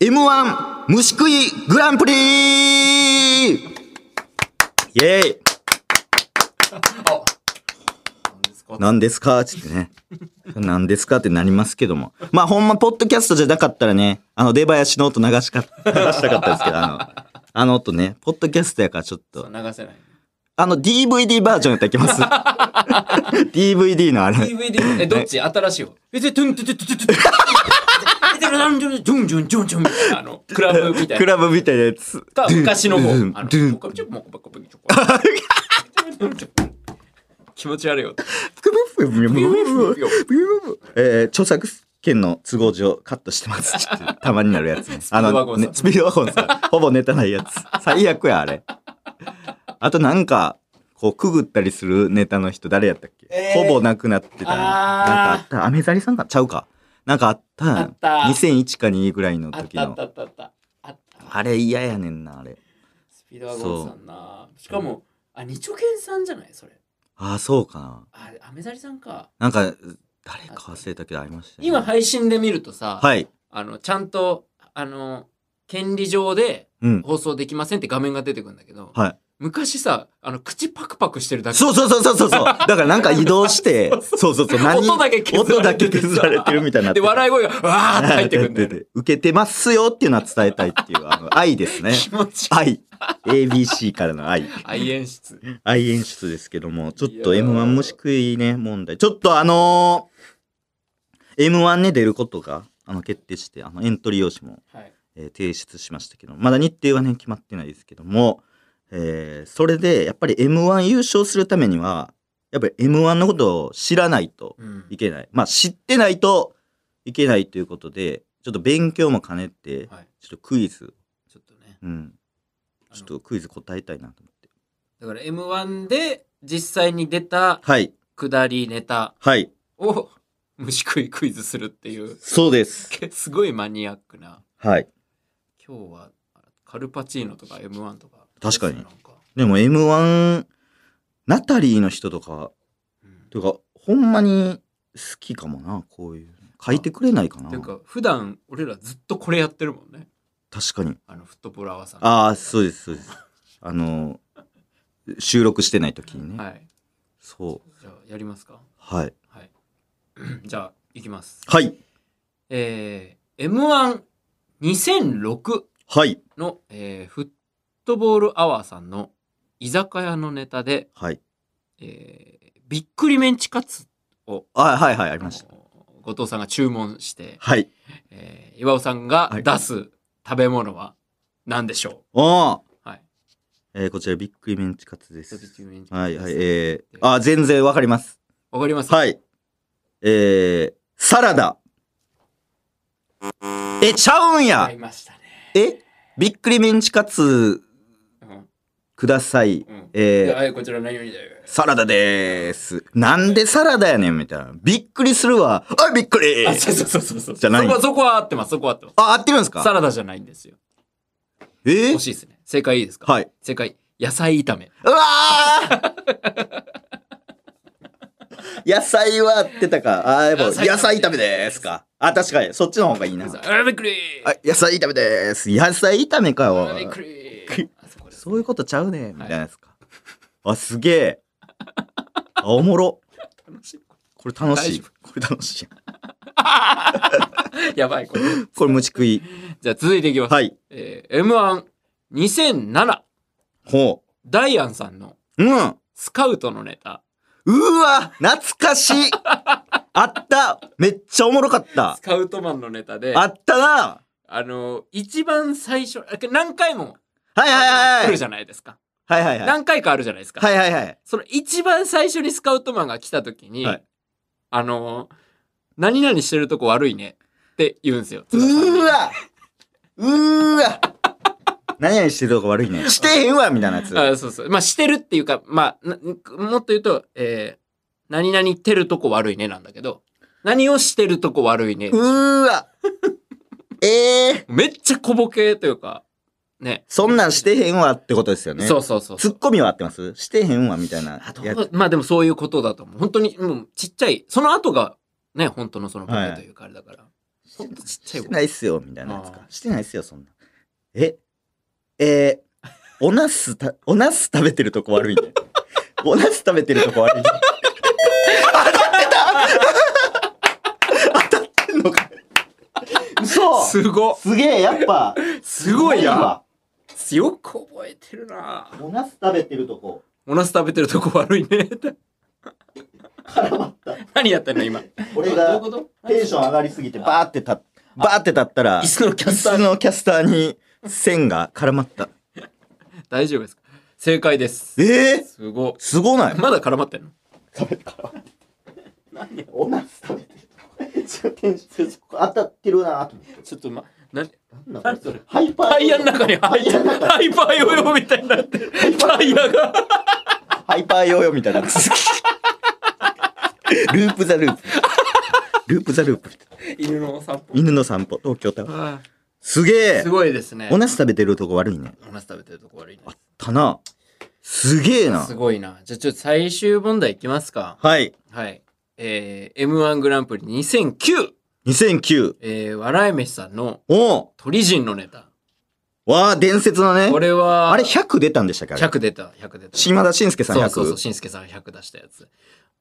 Speaker 1: M1 虫食いグランプリイェーイ
Speaker 2: あ何ですか
Speaker 1: 何ですかつってね。何ですかってなりますけども。まあほんま、ポッドキャストじゃなかったらね、あの、出囃子の音流しか、流したかったですけど、あの、あの音ね、ポッドキャストやからちょっ
Speaker 2: そ
Speaker 1: と
Speaker 2: う、流せない。
Speaker 1: あの、DVD バージョンやったらいきます。DVD のあれ。
Speaker 2: DVD、え、どっち新しいよ。え、で、トゥントゥトゥトゥトゥトゥ。え、で、ランジョン、ジョンジョン、ジョンジョンみたいな、あの、クラブみたい
Speaker 1: ク
Speaker 2: な。
Speaker 1: ラブみたいなやつ。
Speaker 2: か、昔の
Speaker 1: ド
Speaker 2: 方。
Speaker 1: ゥン
Speaker 2: あの、
Speaker 1: ドゥン
Speaker 2: 僕はちょっともうこばっかりちょこ気持ち悪いよ。
Speaker 1: えー、著作権の都合上カットしてます。ちょっとたまになるやつね。あ
Speaker 2: スピードワゴ
Speaker 1: の、
Speaker 2: ンさん
Speaker 1: ね、スピードワゴンさん。ほぼネタないやつ。最悪や、あれ。あとなんか、こう、くぐったりするネタの人誰やったっけ、
Speaker 2: えー
Speaker 1: ほぼなくなってたな。なんかあ
Speaker 2: あー
Speaker 1: った。アメザリさんかちゃうか。なんかあったやん
Speaker 2: あった
Speaker 1: 2001か2ぐらいの
Speaker 2: あっ
Speaker 1: 時
Speaker 2: たあっ
Speaker 1: の
Speaker 2: た。あったあった。あった。
Speaker 1: あれ嫌やねんな、あれ。
Speaker 2: スピードワゴンさんな。しかも、あ、二丁拳さんじゃないそれ。
Speaker 1: ああ、そうかな。
Speaker 2: あ、アメザリさんか。
Speaker 1: なんか、誰か忘れたけどありました、ね。
Speaker 2: 今配信で見るとさ、
Speaker 1: はい。
Speaker 2: あの、ちゃんと、あの、権利上で
Speaker 1: うん。
Speaker 2: 放送できませんって画面が出てくるんだけど、
Speaker 1: はい。
Speaker 2: 昔さ、あの、口パクパクしてるだけ。
Speaker 1: そうそうそうそうそうそう。だからなんか移動 して、そうそうそう。何
Speaker 2: 音だけ削
Speaker 1: 音
Speaker 2: ら
Speaker 1: だ
Speaker 2: れて
Speaker 1: け
Speaker 2: る
Speaker 1: 削られてるみたいにな って
Speaker 2: で、
Speaker 1: て。
Speaker 2: 笑い声が、わーって入って くるんだよね。
Speaker 1: 受けてますよっていうのは伝えたいっていう、あ の、愛ですね。
Speaker 2: 気持ちいい。
Speaker 1: 愛。ABC からの愛。
Speaker 2: 愛演出。
Speaker 1: 愛演出ですけども、ちょっと
Speaker 2: いやー
Speaker 1: M1 虫食いね、問題。ちょっとあのー、M1 ね、出ることが、あの、決定して、あの、エントリー用紙も、
Speaker 2: はい。
Speaker 1: えー提出しましたけど、まだ日程はね、決まってないですけども、えーそれで、やっぱり M1 優勝するためには、やっぱり M1 のことを知らないと
Speaker 2: うん。
Speaker 1: いけない。まあ、知ってないといけないということで、ちょっと勉強も兼ねて、
Speaker 2: はい。
Speaker 1: ちょっとクイズ、
Speaker 2: ちょっとね。
Speaker 1: うん、
Speaker 2: あの
Speaker 1: ちょっとクイズ答えたいなと思って。
Speaker 2: だから M1 で実際に出た
Speaker 1: はい、
Speaker 2: 下りネタ
Speaker 1: はい、
Speaker 2: を虫食いクイズするっていう、
Speaker 1: そうです。
Speaker 2: けすごいマニアックな。
Speaker 1: はい。
Speaker 2: 今日はカルパチーノとか M1 とか。
Speaker 1: 確かに
Speaker 2: なん
Speaker 1: でも M1、ナタリーの人とか、
Speaker 2: うん
Speaker 1: というか、ほんまに好きかもな、こういう。書いてくれないかな
Speaker 2: ていう。か、普段俺らずっとこれやってるもんね。
Speaker 1: 確かに。
Speaker 2: あの、フットボラワーさん。
Speaker 1: ああ、そうです、そうです。あの、収録してない時にね。
Speaker 2: はい。
Speaker 1: そう。
Speaker 2: じゃあ、やりますか。
Speaker 1: はい。
Speaker 2: はい。じゃあ、いきます。
Speaker 1: はい。
Speaker 2: えー、M12006
Speaker 1: はい。
Speaker 2: の、えーフットボールアワーさんの居酒屋のネタで、
Speaker 1: はい。
Speaker 2: えーびっくりメンチカツを
Speaker 1: あ、はい、はい、ありました。
Speaker 2: 後藤さんが注文して、
Speaker 1: はい。
Speaker 2: えー岩尾さんが
Speaker 1: はい
Speaker 2: 出す食べ物は何でしょ
Speaker 1: おー
Speaker 2: うはい。
Speaker 1: えー、こちら、ビックリメンチカツです。
Speaker 2: は
Speaker 1: はい、はい、えー、あ、全然わかります。
Speaker 2: わかります
Speaker 1: はい。えー、サラダ。え、ちゃうん
Speaker 2: わか
Speaker 1: や
Speaker 2: りましたね。
Speaker 1: えビックリメンチカツ
Speaker 2: うん
Speaker 1: ください。
Speaker 2: うんで
Speaker 1: えー、
Speaker 2: はい、こちら何々だよ。
Speaker 1: サラダでーす。なんでサラダやねんみたいな。びっくりするわ。おい、びっくり
Speaker 2: あ、そうそうそうそう。
Speaker 1: じゃない
Speaker 2: そこはそこは合ってます、そこは合ってます。
Speaker 1: あ、合ってるんですか
Speaker 2: サラダじゃないんですよ。
Speaker 1: え
Speaker 2: 惜しいですね。正解いいですか
Speaker 1: はい。
Speaker 2: 正解、野菜炒め。
Speaker 1: うわー 野菜は合ってたか。あー、やっぱ野
Speaker 2: 野
Speaker 1: 菜
Speaker 2: 菜
Speaker 1: 炒
Speaker 2: 炒
Speaker 1: め
Speaker 2: め
Speaker 1: でーすか。あ、確かに。そっちの方がいいな。あ
Speaker 2: あびっくり
Speaker 1: 野菜炒めでーす。野菜炒めか
Speaker 2: あ
Speaker 1: よ
Speaker 2: びっ。くりあそこです
Speaker 1: そういうことちゃうねみたいなですか。あ、すげえ。あ、おもろ。
Speaker 2: 楽しい
Speaker 1: これ楽し
Speaker 2: 大
Speaker 1: い。
Speaker 2: 丈
Speaker 1: これ楽しい。
Speaker 2: やばい、これ。
Speaker 1: これ虫食い。
Speaker 2: じゃあ続いていきます。
Speaker 1: はい。
Speaker 2: えー、M12007
Speaker 1: ほ
Speaker 2: ダイアンさんの
Speaker 1: う。うん。
Speaker 2: スカウトのネタ。
Speaker 1: うわ懐かしいあっためっちゃおもろかった
Speaker 2: スカウトマンのネタで、
Speaker 1: あ
Speaker 2: あ
Speaker 1: ったな
Speaker 2: の、一番最初、あ何回も
Speaker 1: はいはい
Speaker 2: 来
Speaker 1: はい
Speaker 2: るじゃないですか。
Speaker 1: はいはいはい
Speaker 2: 何回かあるじゃないですか。
Speaker 1: はいはいはい。
Speaker 2: その一番最初にスカウトマンが来た時に、
Speaker 1: はい
Speaker 2: あの、何々してるとこ悪いねって言うんですよ。
Speaker 1: うーわうーわ何々してるとこ悪いね。してへんわみたいなやつ。
Speaker 2: あそうそう。まあ、してるっていうか、まあ、なもっと言うと、えー、何々てるとこ悪いねなんだけど、何をしてるとこ悪いね。
Speaker 1: うーわええ
Speaker 2: めっちゃ小ボケというか、ね。
Speaker 1: そんなんしてへんわってことですよね。
Speaker 2: そうそうそう。
Speaker 1: ツッコミは合ってますしてへんわみたいな
Speaker 2: あど
Speaker 1: やつ。
Speaker 2: うまあでもそういうことだと思う。本当に、もうちっちゃい、その後がね、本当のそのボケというかあれだから。ほんとちっちゃい
Speaker 1: して
Speaker 2: ボ
Speaker 1: な
Speaker 2: ケ。
Speaker 1: いっすよみたいなやつか
Speaker 2: あ。
Speaker 1: してないっすよ、そんな。ええー、おなすた、おなす食べてるとこ 悪いね。おなす食べてるとこ悪いね。当たってた当たってんのか。嘘
Speaker 2: すご
Speaker 1: すげえ、やっぱ。
Speaker 2: すごい
Speaker 1: す
Speaker 2: や
Speaker 1: わ。
Speaker 2: よく覚えてるな
Speaker 1: おなす食べてるとこ。
Speaker 2: おナス食べてるとこ悪いね。
Speaker 1: 絡まった。
Speaker 2: 何やってんの今。
Speaker 1: 俺
Speaker 2: ど
Speaker 1: が
Speaker 2: ういうこと
Speaker 1: テンション上がりすぎてバーって立っ、バーって立ったら
Speaker 2: 椅。子のキャスタ
Speaker 1: 椅
Speaker 2: ー
Speaker 1: 子のキャスターに線が絡まった。
Speaker 2: 大丈夫ですか正解です。
Speaker 1: ええ
Speaker 2: すご
Speaker 1: すごない
Speaker 2: い。まだ絡まってんの
Speaker 1: おなす食べてる。ちょっとテンション当たってるなと思って
Speaker 2: ちょっとま、な、
Speaker 1: なんだ
Speaker 2: 何それ
Speaker 1: ハイパ
Speaker 2: タイヤの中に入ってる、ハイパーヨーヨーみたいになってる。タイヤが。
Speaker 1: ハイパーヨーヨーみたいな。ループザループ。ループザループ。
Speaker 2: 犬のお散歩。
Speaker 1: 犬の散歩、東京タワー。
Speaker 2: あ
Speaker 1: すげ
Speaker 2: ー
Speaker 1: え
Speaker 2: すごいですね。
Speaker 1: おなす食べてるとこ悪いね。
Speaker 2: おナス食べてるとこ悪いね。
Speaker 1: たな。すげえな
Speaker 2: す。ごいな。じゃあちょっと最終問題いきますか。
Speaker 1: はい。
Speaker 2: はい。えー、M1 グランプリ2009。
Speaker 1: 2009。
Speaker 2: えー、笑い飯さんの
Speaker 1: おう
Speaker 2: 鳥人のネタ。
Speaker 1: わあ、伝説のね
Speaker 2: こ。れは、
Speaker 1: あれ100出たんでしたっけあれ
Speaker 2: 100出た、100出た。
Speaker 1: 島田紳介さん
Speaker 2: そう
Speaker 1: 100。
Speaker 2: そうそう、しんすけさん100出したやつ。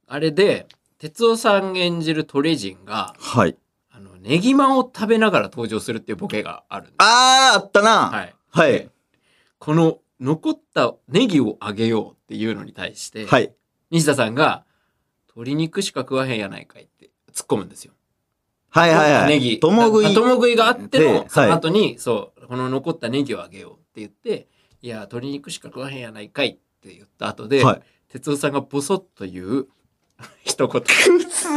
Speaker 2: あれで、哲夫さん演じる鳥人が、
Speaker 1: はい。
Speaker 2: あの、ネギマンを食べながら登場するっていうボケがあるんです。
Speaker 1: あー、あったな。
Speaker 2: はい。
Speaker 1: はい。
Speaker 2: でこの残ったネギをあげようっていうのに対して、
Speaker 1: はい。
Speaker 2: 西田さんが、鶏肉しか食わへんやないかいって突っ込むんですよ。
Speaker 1: はいはいはい。
Speaker 2: ネギ。
Speaker 1: 共食い。
Speaker 2: 共食いがあって
Speaker 1: ではい
Speaker 2: の、その後に、そう、この残ったネギをあげようって言って、いや、鶏肉しか食わへんやないかいって言った後で、
Speaker 1: は
Speaker 2: 哲夫さんがボソッと言う 一 言。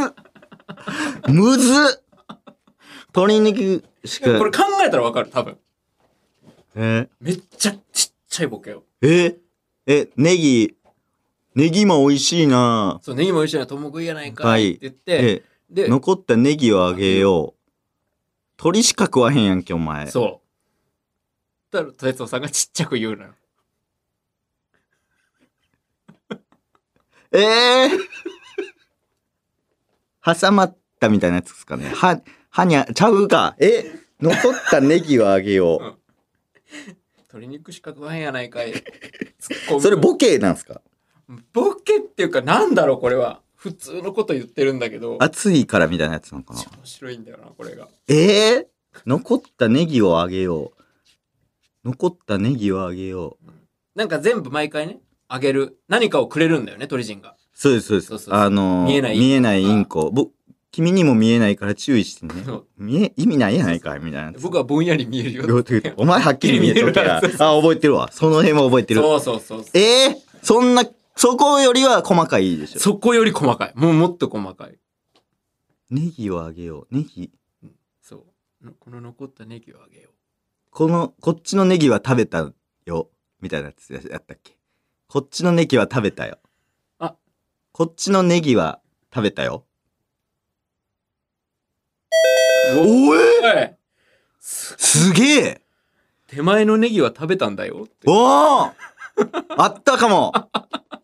Speaker 1: い。むずっ鶏肉しか。
Speaker 2: これ考えたらわかる、多分。
Speaker 1: え
Speaker 2: めっちゃちっちゃいボケよ。
Speaker 1: ー、ええ、ネギ、ネギも美味しいな
Speaker 2: そう、ネギも美味しいな、とも食いやないかいって言って、
Speaker 1: え、
Speaker 2: で、
Speaker 1: 残ったネギをあげよう。鳥しか食わへんやんけ、お前。
Speaker 2: そう。だから、哲夫さんがちっちゃく言うのよ。
Speaker 1: ええー、 挟まったみたいなやつですかね。は、はにゃ、ちゃうか。え残ったネギをあげよ
Speaker 2: 鶏肉しか食わへんやな いかい。突っ込
Speaker 1: う。
Speaker 2: む
Speaker 1: それボケなんすか
Speaker 2: ボケっていうか、なんだろう、これは。普通のこと言ってるんだけど、
Speaker 1: 暑いからみたいなやつなのかな
Speaker 2: 面白いんだよな、これが。
Speaker 1: ええ残ったネギをあげよう。残ったネギをあげよう。
Speaker 2: なんか全部毎回ね、あげる。何かをくれるんだよね、鳥人が。
Speaker 1: そうです、そうです。
Speaker 2: そうそうそう
Speaker 1: あのー
Speaker 2: 見えないインコ
Speaker 1: 見えないインコ。ぼ君にも見えないから注意してね
Speaker 2: そう。
Speaker 1: 見え、意味ないやないかいみたいなやつ。
Speaker 2: 僕はぼんやり見えるよ
Speaker 1: 両。手でお前はっきり見えてるから。あ、
Speaker 2: 見える
Speaker 1: 覚えてるわ。その辺も覚えてる。
Speaker 2: そうそうそうそう。
Speaker 1: ええそんな、そこよりは細かいでしょ。
Speaker 2: そこより細かい。もうもっと細かい。
Speaker 1: ネギをあげよう。ネギ。
Speaker 2: そう。のこの残ったネギをあげよ
Speaker 1: この、こっちのネギは食べたよ。みたいなやつやったっけ。こっちのネギは食べたよ。
Speaker 2: あ
Speaker 1: こっちのネギは食べたよ。
Speaker 2: う。お
Speaker 1: おえ
Speaker 2: い
Speaker 1: すげえ
Speaker 2: 手前のネギは食べたんだよって。
Speaker 1: おおあったかも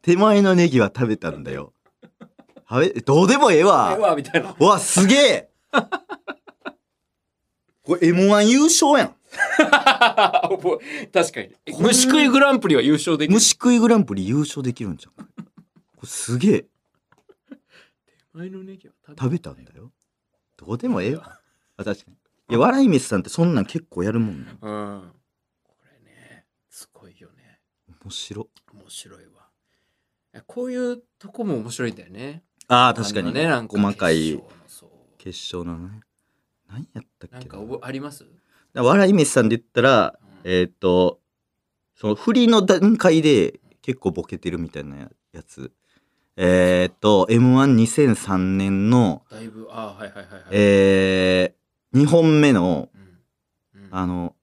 Speaker 1: 手前のネギは食べたんだよ。はべ、どうでもええ
Speaker 2: ええ
Speaker 1: わ。
Speaker 2: わみたいな。
Speaker 1: わ、すげえこれ M1 優勝やん。
Speaker 2: 覚え確かに。え虫食いグランプリは優勝できる。
Speaker 1: 虫食いグランプリ優勝できるんじゃん。これすげえ。
Speaker 2: 手前のネギは
Speaker 1: 食べたんだよ。どうでもええわ。あ確かに。いや、笑い飯さんってそんなん結構やるもんね。
Speaker 2: うん。これね、すごいよね。
Speaker 1: 面白。
Speaker 2: 面白いわ。いやこういうとこも面白いんだよね。
Speaker 1: ああ、確か
Speaker 2: あの
Speaker 1: に。
Speaker 2: ね、なんか
Speaker 1: 細かい
Speaker 2: 決勝のそう
Speaker 1: 決勝のね。何やったっけ
Speaker 2: なんか
Speaker 1: な
Speaker 2: 覚えあります、
Speaker 1: 笑い飯さんで言ったら、
Speaker 2: うん
Speaker 1: えーっ、と、その振りの段階で結構ボケてるみたいなやつ。えーっ、と、M12003 年の、
Speaker 2: だいぶ、あーはいはいはいはい。
Speaker 1: えー、2本目の、
Speaker 2: うんうん
Speaker 1: あの、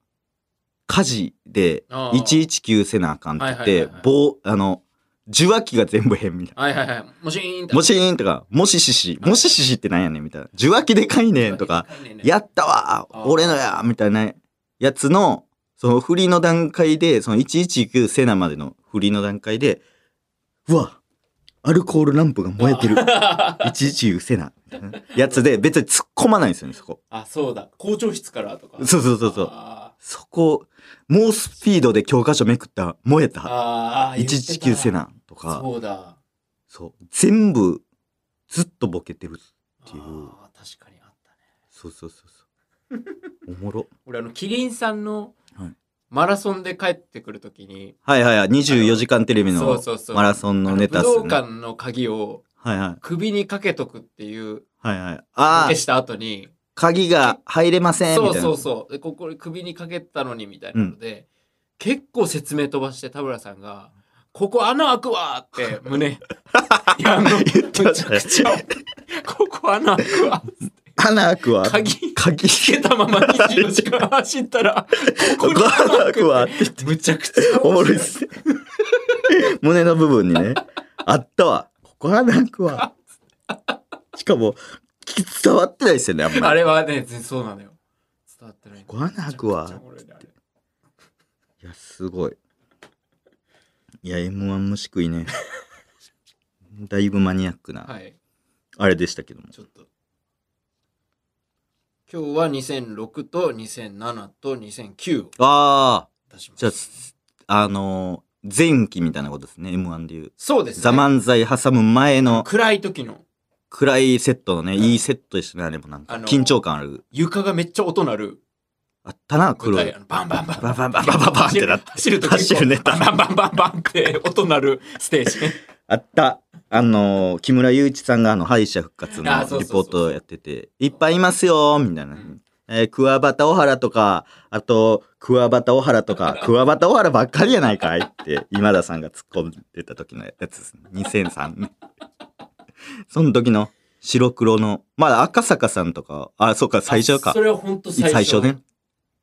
Speaker 1: 火事で
Speaker 2: あー
Speaker 1: 119せなあかんって言っ
Speaker 2: はいはい
Speaker 1: て
Speaker 2: はいはい、
Speaker 1: 棒、あの、受話器が全部変みたい
Speaker 2: はいはいはい。もしーん
Speaker 1: な。もしーんとか、もししし、もしししってなんやねんみたいな。受話器でかいねんとか、、やったわ
Speaker 2: あー
Speaker 1: 俺のやみたいなやつの、その振りの段階で、その119セナまでの振りの段階で、うわアルコールランプが燃えてる。119セナ。みたいなやつで、別に突っ込まないんですよね、そこ。
Speaker 2: あ、そうだ。校長室からとか。
Speaker 1: そうそうそうそう。
Speaker 2: あ
Speaker 1: そこ、猛スピードで教科書めくった、燃え
Speaker 2: ー
Speaker 1: た、
Speaker 2: あー、
Speaker 1: 119セ
Speaker 2: ン
Speaker 1: ナとか、
Speaker 2: そうだ。
Speaker 1: そう、全部、ずっとボケてる。っていう
Speaker 2: あー確かにあったね。
Speaker 1: そうそうそう そう。おもろ。
Speaker 2: 俺、あの、キリンさんの
Speaker 1: はい
Speaker 2: マラソンで帰ってくるときに、
Speaker 1: はいはいはい、24時間テレビ
Speaker 2: そ
Speaker 1: の
Speaker 2: うそうそう
Speaker 1: マラソンのネタっ
Speaker 2: あ
Speaker 1: す
Speaker 2: の
Speaker 1: よ
Speaker 2: 武道
Speaker 1: ね。
Speaker 2: 館の鍵を
Speaker 1: はいはい。
Speaker 2: 首にかけとくっていう、
Speaker 1: はいはい。
Speaker 2: か
Speaker 1: ああ
Speaker 2: け、した後に、
Speaker 1: 鍵が入れませんみ
Speaker 2: そ
Speaker 1: たいうな。
Speaker 2: そうそう。で、ここ首にかけたのにみたいなので、結構説明飛ばして田村さんが、ここ穴開くわーって 胸。いや、あの、め
Speaker 1: 言ってまし
Speaker 2: ちゃ
Speaker 1: たね
Speaker 2: くちゃ、ここ穴開くわ。
Speaker 1: 穴開くわ。
Speaker 2: 鍵、
Speaker 1: 鍵。
Speaker 2: つけたまま24時間走ったら、ここに穴
Speaker 1: 穴
Speaker 2: 開
Speaker 1: 開く
Speaker 2: く
Speaker 1: わ
Speaker 2: わ
Speaker 1: っ。
Speaker 2: むちゃくちゃ
Speaker 1: おもろ
Speaker 2: 面白
Speaker 1: いっ す。胸の部分にね。あったわ。ここ穴開く わ。しかも、き伝わってないっすよね、あんま
Speaker 2: あ
Speaker 1: り。
Speaker 2: れはね、そうなのよ。伝わってない。
Speaker 1: ここ穴開くわ
Speaker 2: めちゃくちゃおもろいねあれ
Speaker 1: いや、すごい。いや、M1 虫食いね。だいぶマニアックな、
Speaker 2: はい。
Speaker 1: あれでしたけども。
Speaker 2: ちょっと。今日は2006と2007と2009を
Speaker 1: ああ、
Speaker 2: 出しま
Speaker 1: じゃ
Speaker 2: す
Speaker 1: あ。す、あのー前期みたいなことですね、M1 でいう。
Speaker 2: そうですね。
Speaker 1: ザ漫才挟む前の
Speaker 2: 暗い時の
Speaker 1: 暗いセットのね、
Speaker 2: ん
Speaker 1: いいセットでしたね、あれもなんか。
Speaker 2: あのー
Speaker 1: 緊張感ある。
Speaker 2: 床がめっちゃ音鳴る
Speaker 1: あったな、
Speaker 2: 舞
Speaker 1: 黒い
Speaker 2: 台。あのバンバンバン
Speaker 1: バンバンバンバンバンバンってなって
Speaker 2: 走る時
Speaker 1: 走るネタ
Speaker 2: バンバンバンバンって音鳴るステージね
Speaker 1: あった。あのー木村祐一さんがあの敗者復活の
Speaker 2: あそう
Speaker 1: リ
Speaker 2: そ
Speaker 1: ポ
Speaker 2: うそう
Speaker 1: ートをやってて、いっぱいいますよーみたいな。えー、クワバタオハラとか、あと、クワバタオハラと か、クワバタオハラばっかりやないかいって、今田さんが突っ込んでた時のやつですね。2003年。 その時の白黒の、まだ赤坂さんとか、あ、そうか、最初か
Speaker 2: そ。れは本当最
Speaker 1: 最
Speaker 2: 初
Speaker 1: 初ね。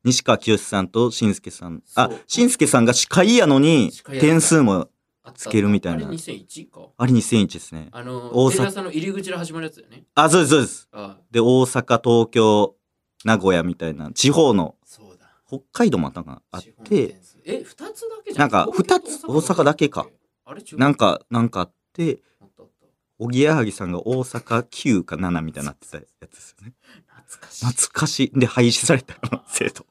Speaker 1: 西川きよしさんとしんすけさん。あ
Speaker 2: そう、
Speaker 1: しんすけさんが司会やのに
Speaker 2: 司会、やった
Speaker 1: 点数も、
Speaker 2: つ
Speaker 1: つけるみたいな
Speaker 2: あれ2001か
Speaker 1: あれ2001ですね。
Speaker 2: あの
Speaker 1: 大阪
Speaker 2: 大阪さんの入り口で始まるやつだよね
Speaker 1: あ、そうです、そうです。
Speaker 2: ああ
Speaker 1: で、大阪、東京、名古屋みたいな、地方の、
Speaker 2: そうだ
Speaker 1: 北海道もあったかなあっ
Speaker 2: 地方の
Speaker 1: て、
Speaker 2: 点数え二2つだけじゃ
Speaker 1: なんか
Speaker 2: 東京
Speaker 1: 二つ
Speaker 2: と
Speaker 1: 大阪だけか
Speaker 2: あれ違う
Speaker 1: なんか、なんかあって、
Speaker 2: あったあった
Speaker 1: おぎやはぎさんが大阪9か7みたいになってたやつですよね。
Speaker 2: 懐かしい
Speaker 1: 懐かしい。で、廃止された、あの制度。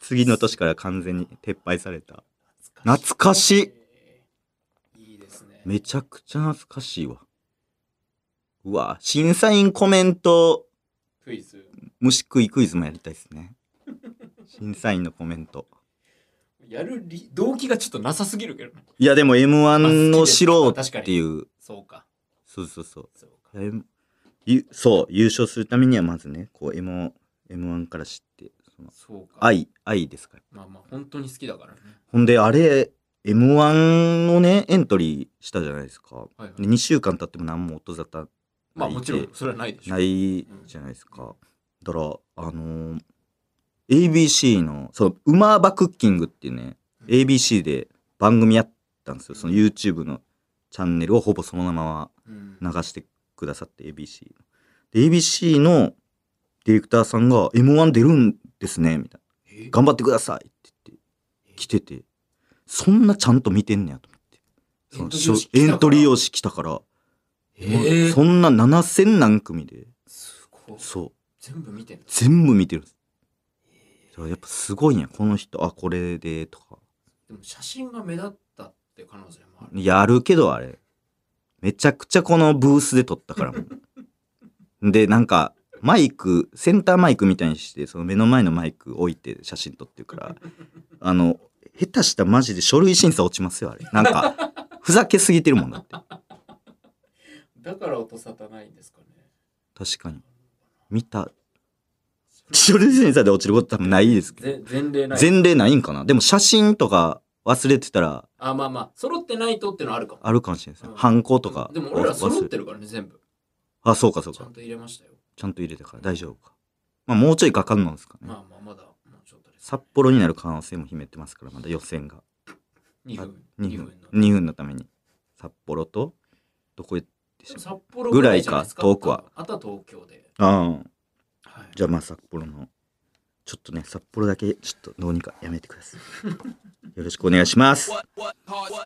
Speaker 1: 次の年から完全に撤廃された。懐かし
Speaker 2: いいいですね
Speaker 1: めちゃくちゃ懐かしいわ。うわ、審査員コメント、
Speaker 2: クイズ
Speaker 1: 虫食いクイズもやりたいですね。審査員のコメント。
Speaker 2: やる理動機がちょっとなさすぎるけどね
Speaker 1: いや、でも M1
Speaker 2: まあ
Speaker 1: の
Speaker 2: 好きです
Speaker 1: 素人っていう、
Speaker 2: そうか
Speaker 1: そうそうそう。
Speaker 2: そうか
Speaker 1: いや M- ゆそう、優勝するためにはまずね、こう M1、M1 から知って、その
Speaker 2: そうか
Speaker 1: 愛、愛ですから。
Speaker 2: まあまあ本当に好きだからね
Speaker 1: ほんで、あれ、M1 をね、エントリーしたじゃないですか。
Speaker 2: はいはい
Speaker 1: で2週間経っても何も音沙汰
Speaker 2: まあもちろんそれはないでしょ
Speaker 1: な
Speaker 2: う
Speaker 1: いじゃないですか。だから、あのー ABC の、その、ウマーバクッキングっていうね、
Speaker 2: うん
Speaker 1: ABC で番組やったんですよ。その YouTube のチャンネルをほぼそのまま
Speaker 2: うん
Speaker 1: 流してくださって ABC ので ABC のディレクターさんが「M‐1 出るんですね」みたい
Speaker 2: え
Speaker 1: な「頑張ってください」って言って来ててそんなちゃんと見てんねやと思ってそのしょエントリー用
Speaker 2: を
Speaker 1: 紙来たから、
Speaker 2: え
Speaker 1: そんな7,000何組です
Speaker 2: ごい
Speaker 1: そう
Speaker 2: 全部見てんだ
Speaker 1: 全部見てるんですだからやっぱすごいんやこの人あこれでとか
Speaker 2: でも写真が目立ったって可能性もある
Speaker 1: やるけどあれめちゃくちゃこのブースで撮ったからも うでなんかマイクセンターマイクみたいにしてその目の前のマイク置いて写真撮ってるからあの下手したらマジで書類審査落ちますよあれなんかふざけすぎてるもんだって
Speaker 2: だから音沙汰ないんですかね
Speaker 1: 確かに見た書類審査で落ちること多分ないですけど
Speaker 2: ぜ前例ない
Speaker 1: 前例ないんかなでも写真とか忘れてたら
Speaker 2: あまあまあ揃ってないとってのはあるかも
Speaker 1: あるかもしれないですね
Speaker 2: うん
Speaker 1: 犯行とか
Speaker 2: でも俺ら揃っ
Speaker 1: 忘
Speaker 2: て
Speaker 1: れ
Speaker 2: るからね全部
Speaker 1: あそうかそう
Speaker 2: ち
Speaker 1: か
Speaker 2: ゃんと入れましたよ
Speaker 1: ちゃんと入れたから大丈夫か。まあもうちょいかかるのですかね
Speaker 2: ま。あまあまだもうちょっとです
Speaker 1: 札幌になる可能性も秘めてますから、まだ予選が。
Speaker 2: 2分
Speaker 1: 2
Speaker 2: ,2
Speaker 1: 分
Speaker 2: 分
Speaker 1: 2分のために札幌とどこへでし
Speaker 2: の
Speaker 1: ょ
Speaker 2: 札幌ぐらいじゃなです
Speaker 1: ぐらいか遠くは
Speaker 2: あとは東京で、
Speaker 1: ああ
Speaker 2: はい、
Speaker 1: じゃあまあ札幌のちょっとね札幌だけちょっとどうにかやめてください よろしくお願いします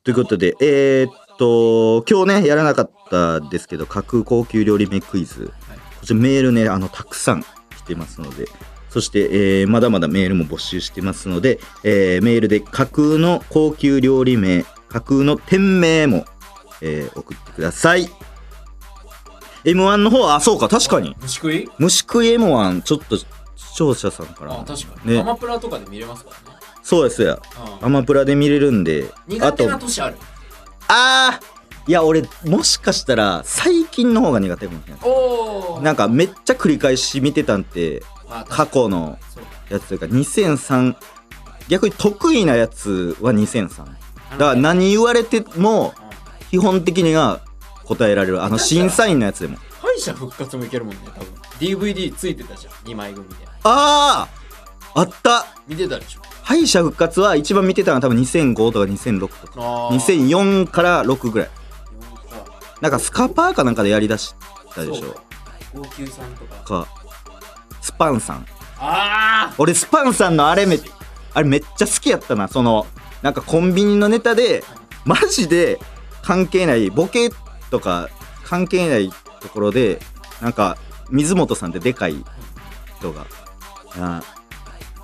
Speaker 1: ということでえー、っと今日ねやらなかったですけど架空高級料理名クイズ
Speaker 2: はい
Speaker 1: こちらメールねあのたくさん来てますのでそして、えーまだまだメールも募集してますので、えーメールで架空の高級料理名架空の店名も、えー送ってください M1 の方あそうか確かに
Speaker 2: 虫食い
Speaker 1: 虫食い M1 ちょっと視聴者さんから
Speaker 2: あ
Speaker 1: も
Speaker 2: 確かに、
Speaker 1: ね
Speaker 2: アマプラとかで見れますからね
Speaker 1: そうですや
Speaker 2: あ
Speaker 1: アマプラで見れるんであ
Speaker 2: 苦手
Speaker 1: と
Speaker 2: な年ある
Speaker 1: あーいや俺もしかしたら最近の方が苦手かもしれない
Speaker 2: おお
Speaker 1: なんかめっちゃ繰り返し見てたんて過去の
Speaker 2: そう
Speaker 1: やつというか2003逆に得意なやつは2003だから何言われても
Speaker 2: うん
Speaker 1: 基本的には答えられるあの審査員のやつでも
Speaker 2: 敗者復活もいけるもんね多分 DVD ついてたじゃん2枚組で
Speaker 1: あああった
Speaker 2: 見てたでしょ
Speaker 1: 敗者復活は一番見てたのは多分2005とか2006とか
Speaker 2: あー
Speaker 1: 2004から6ぐらい
Speaker 2: 4か
Speaker 1: なんかスカパーかなんかでやりだしたでし
Speaker 2: そう
Speaker 1: ょ
Speaker 2: か号泣さんとか
Speaker 1: かスパンさん
Speaker 2: あ
Speaker 1: 俺スパンさんのあれめあれめっちゃ好きやったなそのなんかコンビニのネタでマジで関係ないボケとか関係ないところでなんか水本さんってでかい人が「な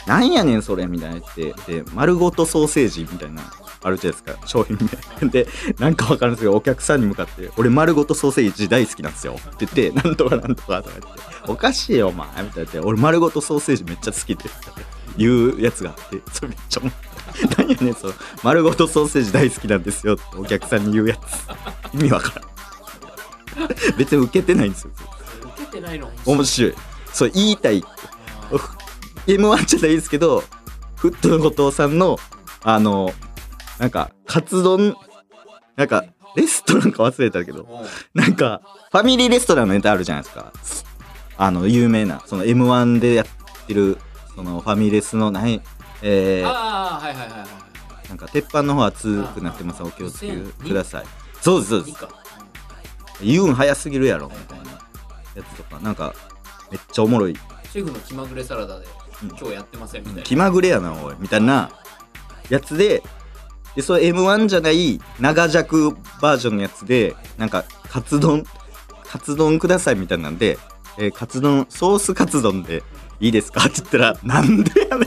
Speaker 1: なんやねんそれ」みたいな言ってで丸ごとソーセージみたいなあるじゃないですか商品みたいなでなんかわかるんですけどお客さんに向かって「俺丸ごとソーセージ大好きなんですよ」って言って「なんとかなんとか」とか言って「おかしいよお前」みたいな言って「俺丸ごとソーセージめっちゃ好きで」言うやつがあってそれめっちゃ面白い何やねんその丸ごとソーセージ大好きなんですよってお客さんに言うやつ意味わからん別に受けてないんですよ
Speaker 2: あ受けてないの
Speaker 1: 面白いそう言いたい
Speaker 2: あ
Speaker 1: m 1じゃないですけどフットの後藤さんのあのなんかカツ丼なんかレストランか忘れたけ
Speaker 2: ー
Speaker 1: ど
Speaker 2: もう
Speaker 1: なんかファミリーレストランのネタあるじゃないですかあの有名なその m 1でやってるそのファミレスのないえー
Speaker 2: ああはいはいはいはい
Speaker 1: なんか鉄板の方熱くなってますお気をつけくださいそうですそうで
Speaker 2: 二
Speaker 1: す
Speaker 2: か
Speaker 1: 言うん早すぎるやろ
Speaker 2: は
Speaker 1: み
Speaker 2: い
Speaker 1: たいなやつとかなんかめっちゃおもろい
Speaker 2: シェフの気まぐれサラダで
Speaker 1: うん
Speaker 2: 今日やってませんみたいな
Speaker 1: 気まぐれやなおいみたいなやつででそれ m 1じゃない長尺バージョンのやつでなんかカツ丼カツ丼くださいみたいなんで、えーカツ丼ソースカツ丼でいいですかって言ったらなん でやねん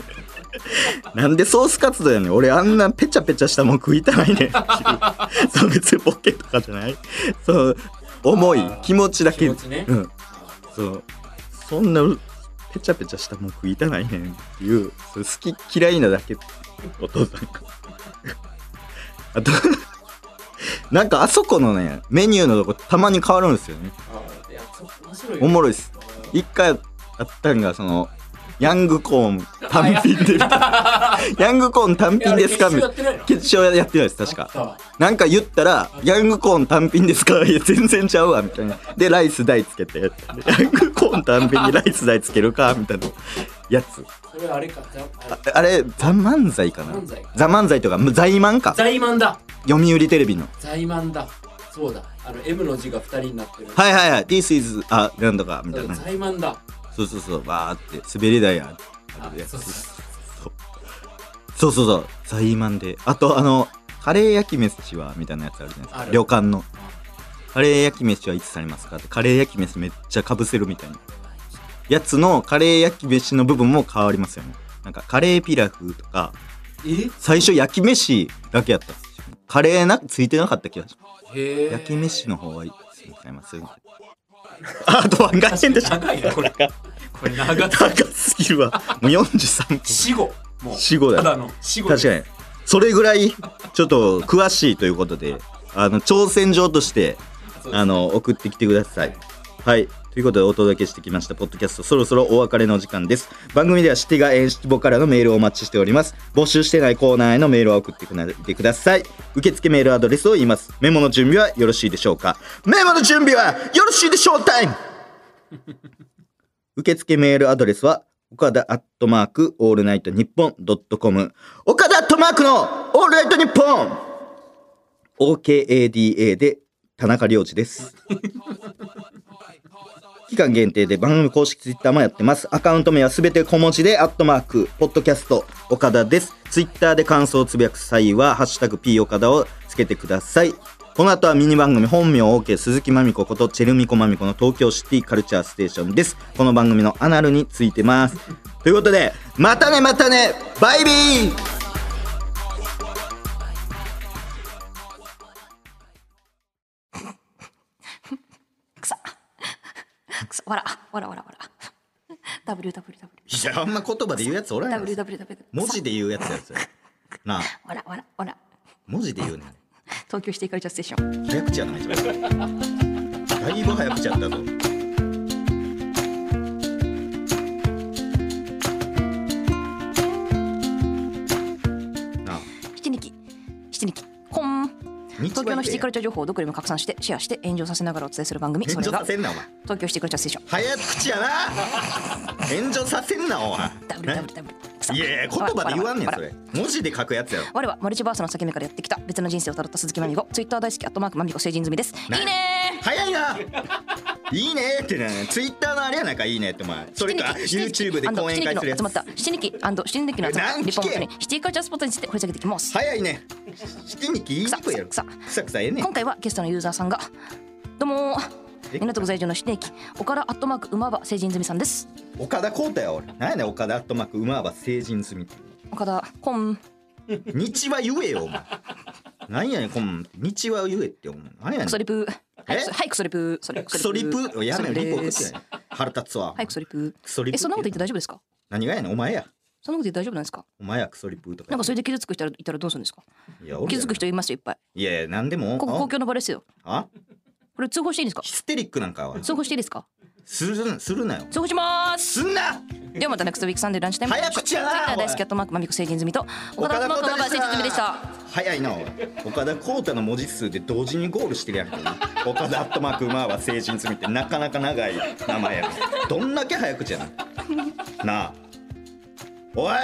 Speaker 1: なんでソースカツ丼やねん俺あんなペチャペチャしたもん食いたないねんっていう そう別にボケとかじゃないそう思い
Speaker 2: あー
Speaker 1: 気持ちだけ
Speaker 2: 気持ちね
Speaker 1: うん
Speaker 2: あ
Speaker 1: そうそんなペチャペチャしたもん食いたないねんっていうそれ好き嫌いなだけお父さんがあとなんかあそこのねメニューのとこたまに変わるんですよね
Speaker 2: ーいやそ面白い
Speaker 1: お
Speaker 2: よ
Speaker 1: もろいっす一回あったんがそのヤングコーン単品でみたいなヤングコーン単
Speaker 2: えあ
Speaker 1: 品
Speaker 2: れ
Speaker 1: ですかみたい
Speaker 2: 決勝
Speaker 1: な
Speaker 2: やってないの
Speaker 1: 決勝やってないです確か
Speaker 2: あっ
Speaker 1: なんか言ったら「ヤングコーン単品ですか?」いや 全然ちゃうわ」みたいなでライス代つけて「ヤングコーン単品にライス代つけるか?」みたいなやつ
Speaker 2: たそれあれかざあれ
Speaker 1: ああれザ・漫才かな
Speaker 2: 漫才か
Speaker 1: ザ・漫才とか在漫か
Speaker 2: 在満だ
Speaker 1: 読売テレビの
Speaker 2: 在満だそうだあの M の字が2人になってる
Speaker 1: はいはいはい「This is あなんとか」みたいな
Speaker 2: 在満だ
Speaker 1: そうそうそうバーって滑り台やあ
Speaker 2: あ
Speaker 1: るやつ
Speaker 2: そうそう
Speaker 1: そうそうそう在漫であとあのカレー焼き飯はみたいなやつあるじゃないです
Speaker 2: あ
Speaker 1: か
Speaker 2: る
Speaker 1: 旅館の
Speaker 2: あ
Speaker 1: カレー焼き飯はいつされますかってカレー焼き飯めっちゃかぶせるみたいなやつのカレー焼き飯の部分も変わりますよねなんかカレーピラフとか
Speaker 2: え
Speaker 1: 最初焼き飯だけやったんですよカレーなついてなかった気がします
Speaker 2: へえ
Speaker 1: 焼き飯の方はいつに買いますあとは外円でした
Speaker 2: 長いなこれこれ長い
Speaker 1: 高すぎるわもう43分
Speaker 2: 死後もう
Speaker 1: 死後だ
Speaker 2: た
Speaker 1: よ
Speaker 2: だの死後
Speaker 1: 確かにそれぐらいちょっと詳しいということであの挑戦状として
Speaker 2: そうです
Speaker 1: あの送ってきてください。はいということでお届けしてきましたポッドキャストそろそろお別れの時間です番組ではシティが演出簿からのメールをお待ちしております募集してないコーナーへのメールは送ってくなてください受付メールアドレスを言いますメモの準備はよろしいでしょうかメモの準備はよろしいでしょうタイム受付メールアドレスは岡田アットマークオールナイトニッポンドットコム岡田アットマークのオールナイトニッポン OKADA で田中良次です。期間限定で番組公式ツイッターもやってます。アカウント名はすべて小文字で、アットマーク、ポッドキャスト、岡田です。ツイッターで感想をつぶやく際は、ハッシュタグ P 岡田をつけてください。この後はミニ番組本名 OK 鈴木まみ子ことチェルミコまみこの東京シティカルチャーステーションです。この番組のアナルについてます。ということで、またねまたねバイビー
Speaker 3: くさくさわらわらわらわら WWW
Speaker 1: いや、あんま言葉で言うやつおらんやろ
Speaker 3: WWW
Speaker 1: 文字で言うやつやつや。なあ、
Speaker 3: わらわらわら
Speaker 1: 文字で言うねん。
Speaker 3: 東京シティカルチャーステーション
Speaker 1: 早口やな、一番。だいぶ早口やったぞ。なあ、
Speaker 3: 七日七日コン東京のシティカルチャー情報をどこでも拡散してシェアして炎上させながらお伝えする番組そ
Speaker 1: 炎
Speaker 3: れ
Speaker 1: 上
Speaker 3: が
Speaker 1: させ
Speaker 3: 東
Speaker 1: んな、お前。
Speaker 3: 京シティカルチャーステーション
Speaker 1: 早口やな。炎上させんな、お前。ね
Speaker 3: WWW くさ
Speaker 1: いやいや、言葉で言わんねん、
Speaker 3: ら
Speaker 1: そ
Speaker 3: ら
Speaker 1: れ。文字で書くやつやろ。
Speaker 3: 我はマルチバースの裂け目からやってきた別の人生をたどった鈴木まみごツイッター大好きアットマークまみご成人済みですいい
Speaker 1: な
Speaker 3: ねー
Speaker 1: 早いな。いいねってね、ツイッターのあれやないか、いいねって、お前。それか、YouTube で講演会するやつ
Speaker 3: 集ま。った七日七日の集まった
Speaker 1: 何聞け
Speaker 3: リポートにシティカルチャースポットについて掘り下げていきます
Speaker 1: 早いね。ひきにき言いにくいやろ。く
Speaker 3: 草
Speaker 1: さ
Speaker 3: 草草
Speaker 1: くさええねん
Speaker 3: 今。回はゲストのユーザーさんがどうもー
Speaker 1: え
Speaker 3: 港区在住のシティキ岡田アットマーク馬場成人済みさんです
Speaker 1: 岡田浩太や俺。なんやねん岡田アットマーク馬場成人済みって。
Speaker 3: 岡田コン
Speaker 1: 日は言えよお前。なんやねんこん日は言えってお前。なんやねん
Speaker 3: クソ。リプーは
Speaker 1: え
Speaker 3: いクソはいクソリプーそれ
Speaker 1: クソリプやめろ
Speaker 3: クソ
Speaker 1: リ
Speaker 3: リ
Speaker 1: プ
Speaker 3: プ
Speaker 1: 送
Speaker 3: で
Speaker 1: っ
Speaker 3: す
Speaker 1: てない。腹立つわ。
Speaker 3: はいクソリプ
Speaker 1: クソリプ
Speaker 3: えそんなこと言って大丈夫ですか
Speaker 1: 何がやねんお前や。
Speaker 3: そんなこと言って大丈夫なんですか
Speaker 1: お前やクソリプとか。
Speaker 3: なんかそれで傷つく人いたらどうするんですか
Speaker 1: いや俺
Speaker 3: 傷つく人いますよいっぱい
Speaker 1: いやいやなんでも。
Speaker 3: ここ公共の場ですよ
Speaker 1: あ？あ
Speaker 3: これ通報していいんですか
Speaker 1: ヒステリックなんかは。
Speaker 3: 通報していいですか
Speaker 1: するなするなよ。
Speaker 3: 通報しま
Speaker 1: す
Speaker 3: す
Speaker 1: んな。
Speaker 3: ではまたネクストウィークサンデーランチタイム
Speaker 1: 早口やな
Speaker 3: ツイッター大好
Speaker 1: おい
Speaker 3: きアットマークまみこ成人済みと岡
Speaker 1: 岡
Speaker 3: 田ア
Speaker 1: 田
Speaker 3: ットマ
Speaker 1: 浩
Speaker 3: ーク馬場成人済
Speaker 1: 太で
Speaker 3: みで
Speaker 1: し
Speaker 3: した
Speaker 1: た。早いなおい岡田浩太の文字数で同時にゴールしてるやんけ岡田アットマーク馬は成人済みってなかなか長い名前やろどんだけ早口やななあおい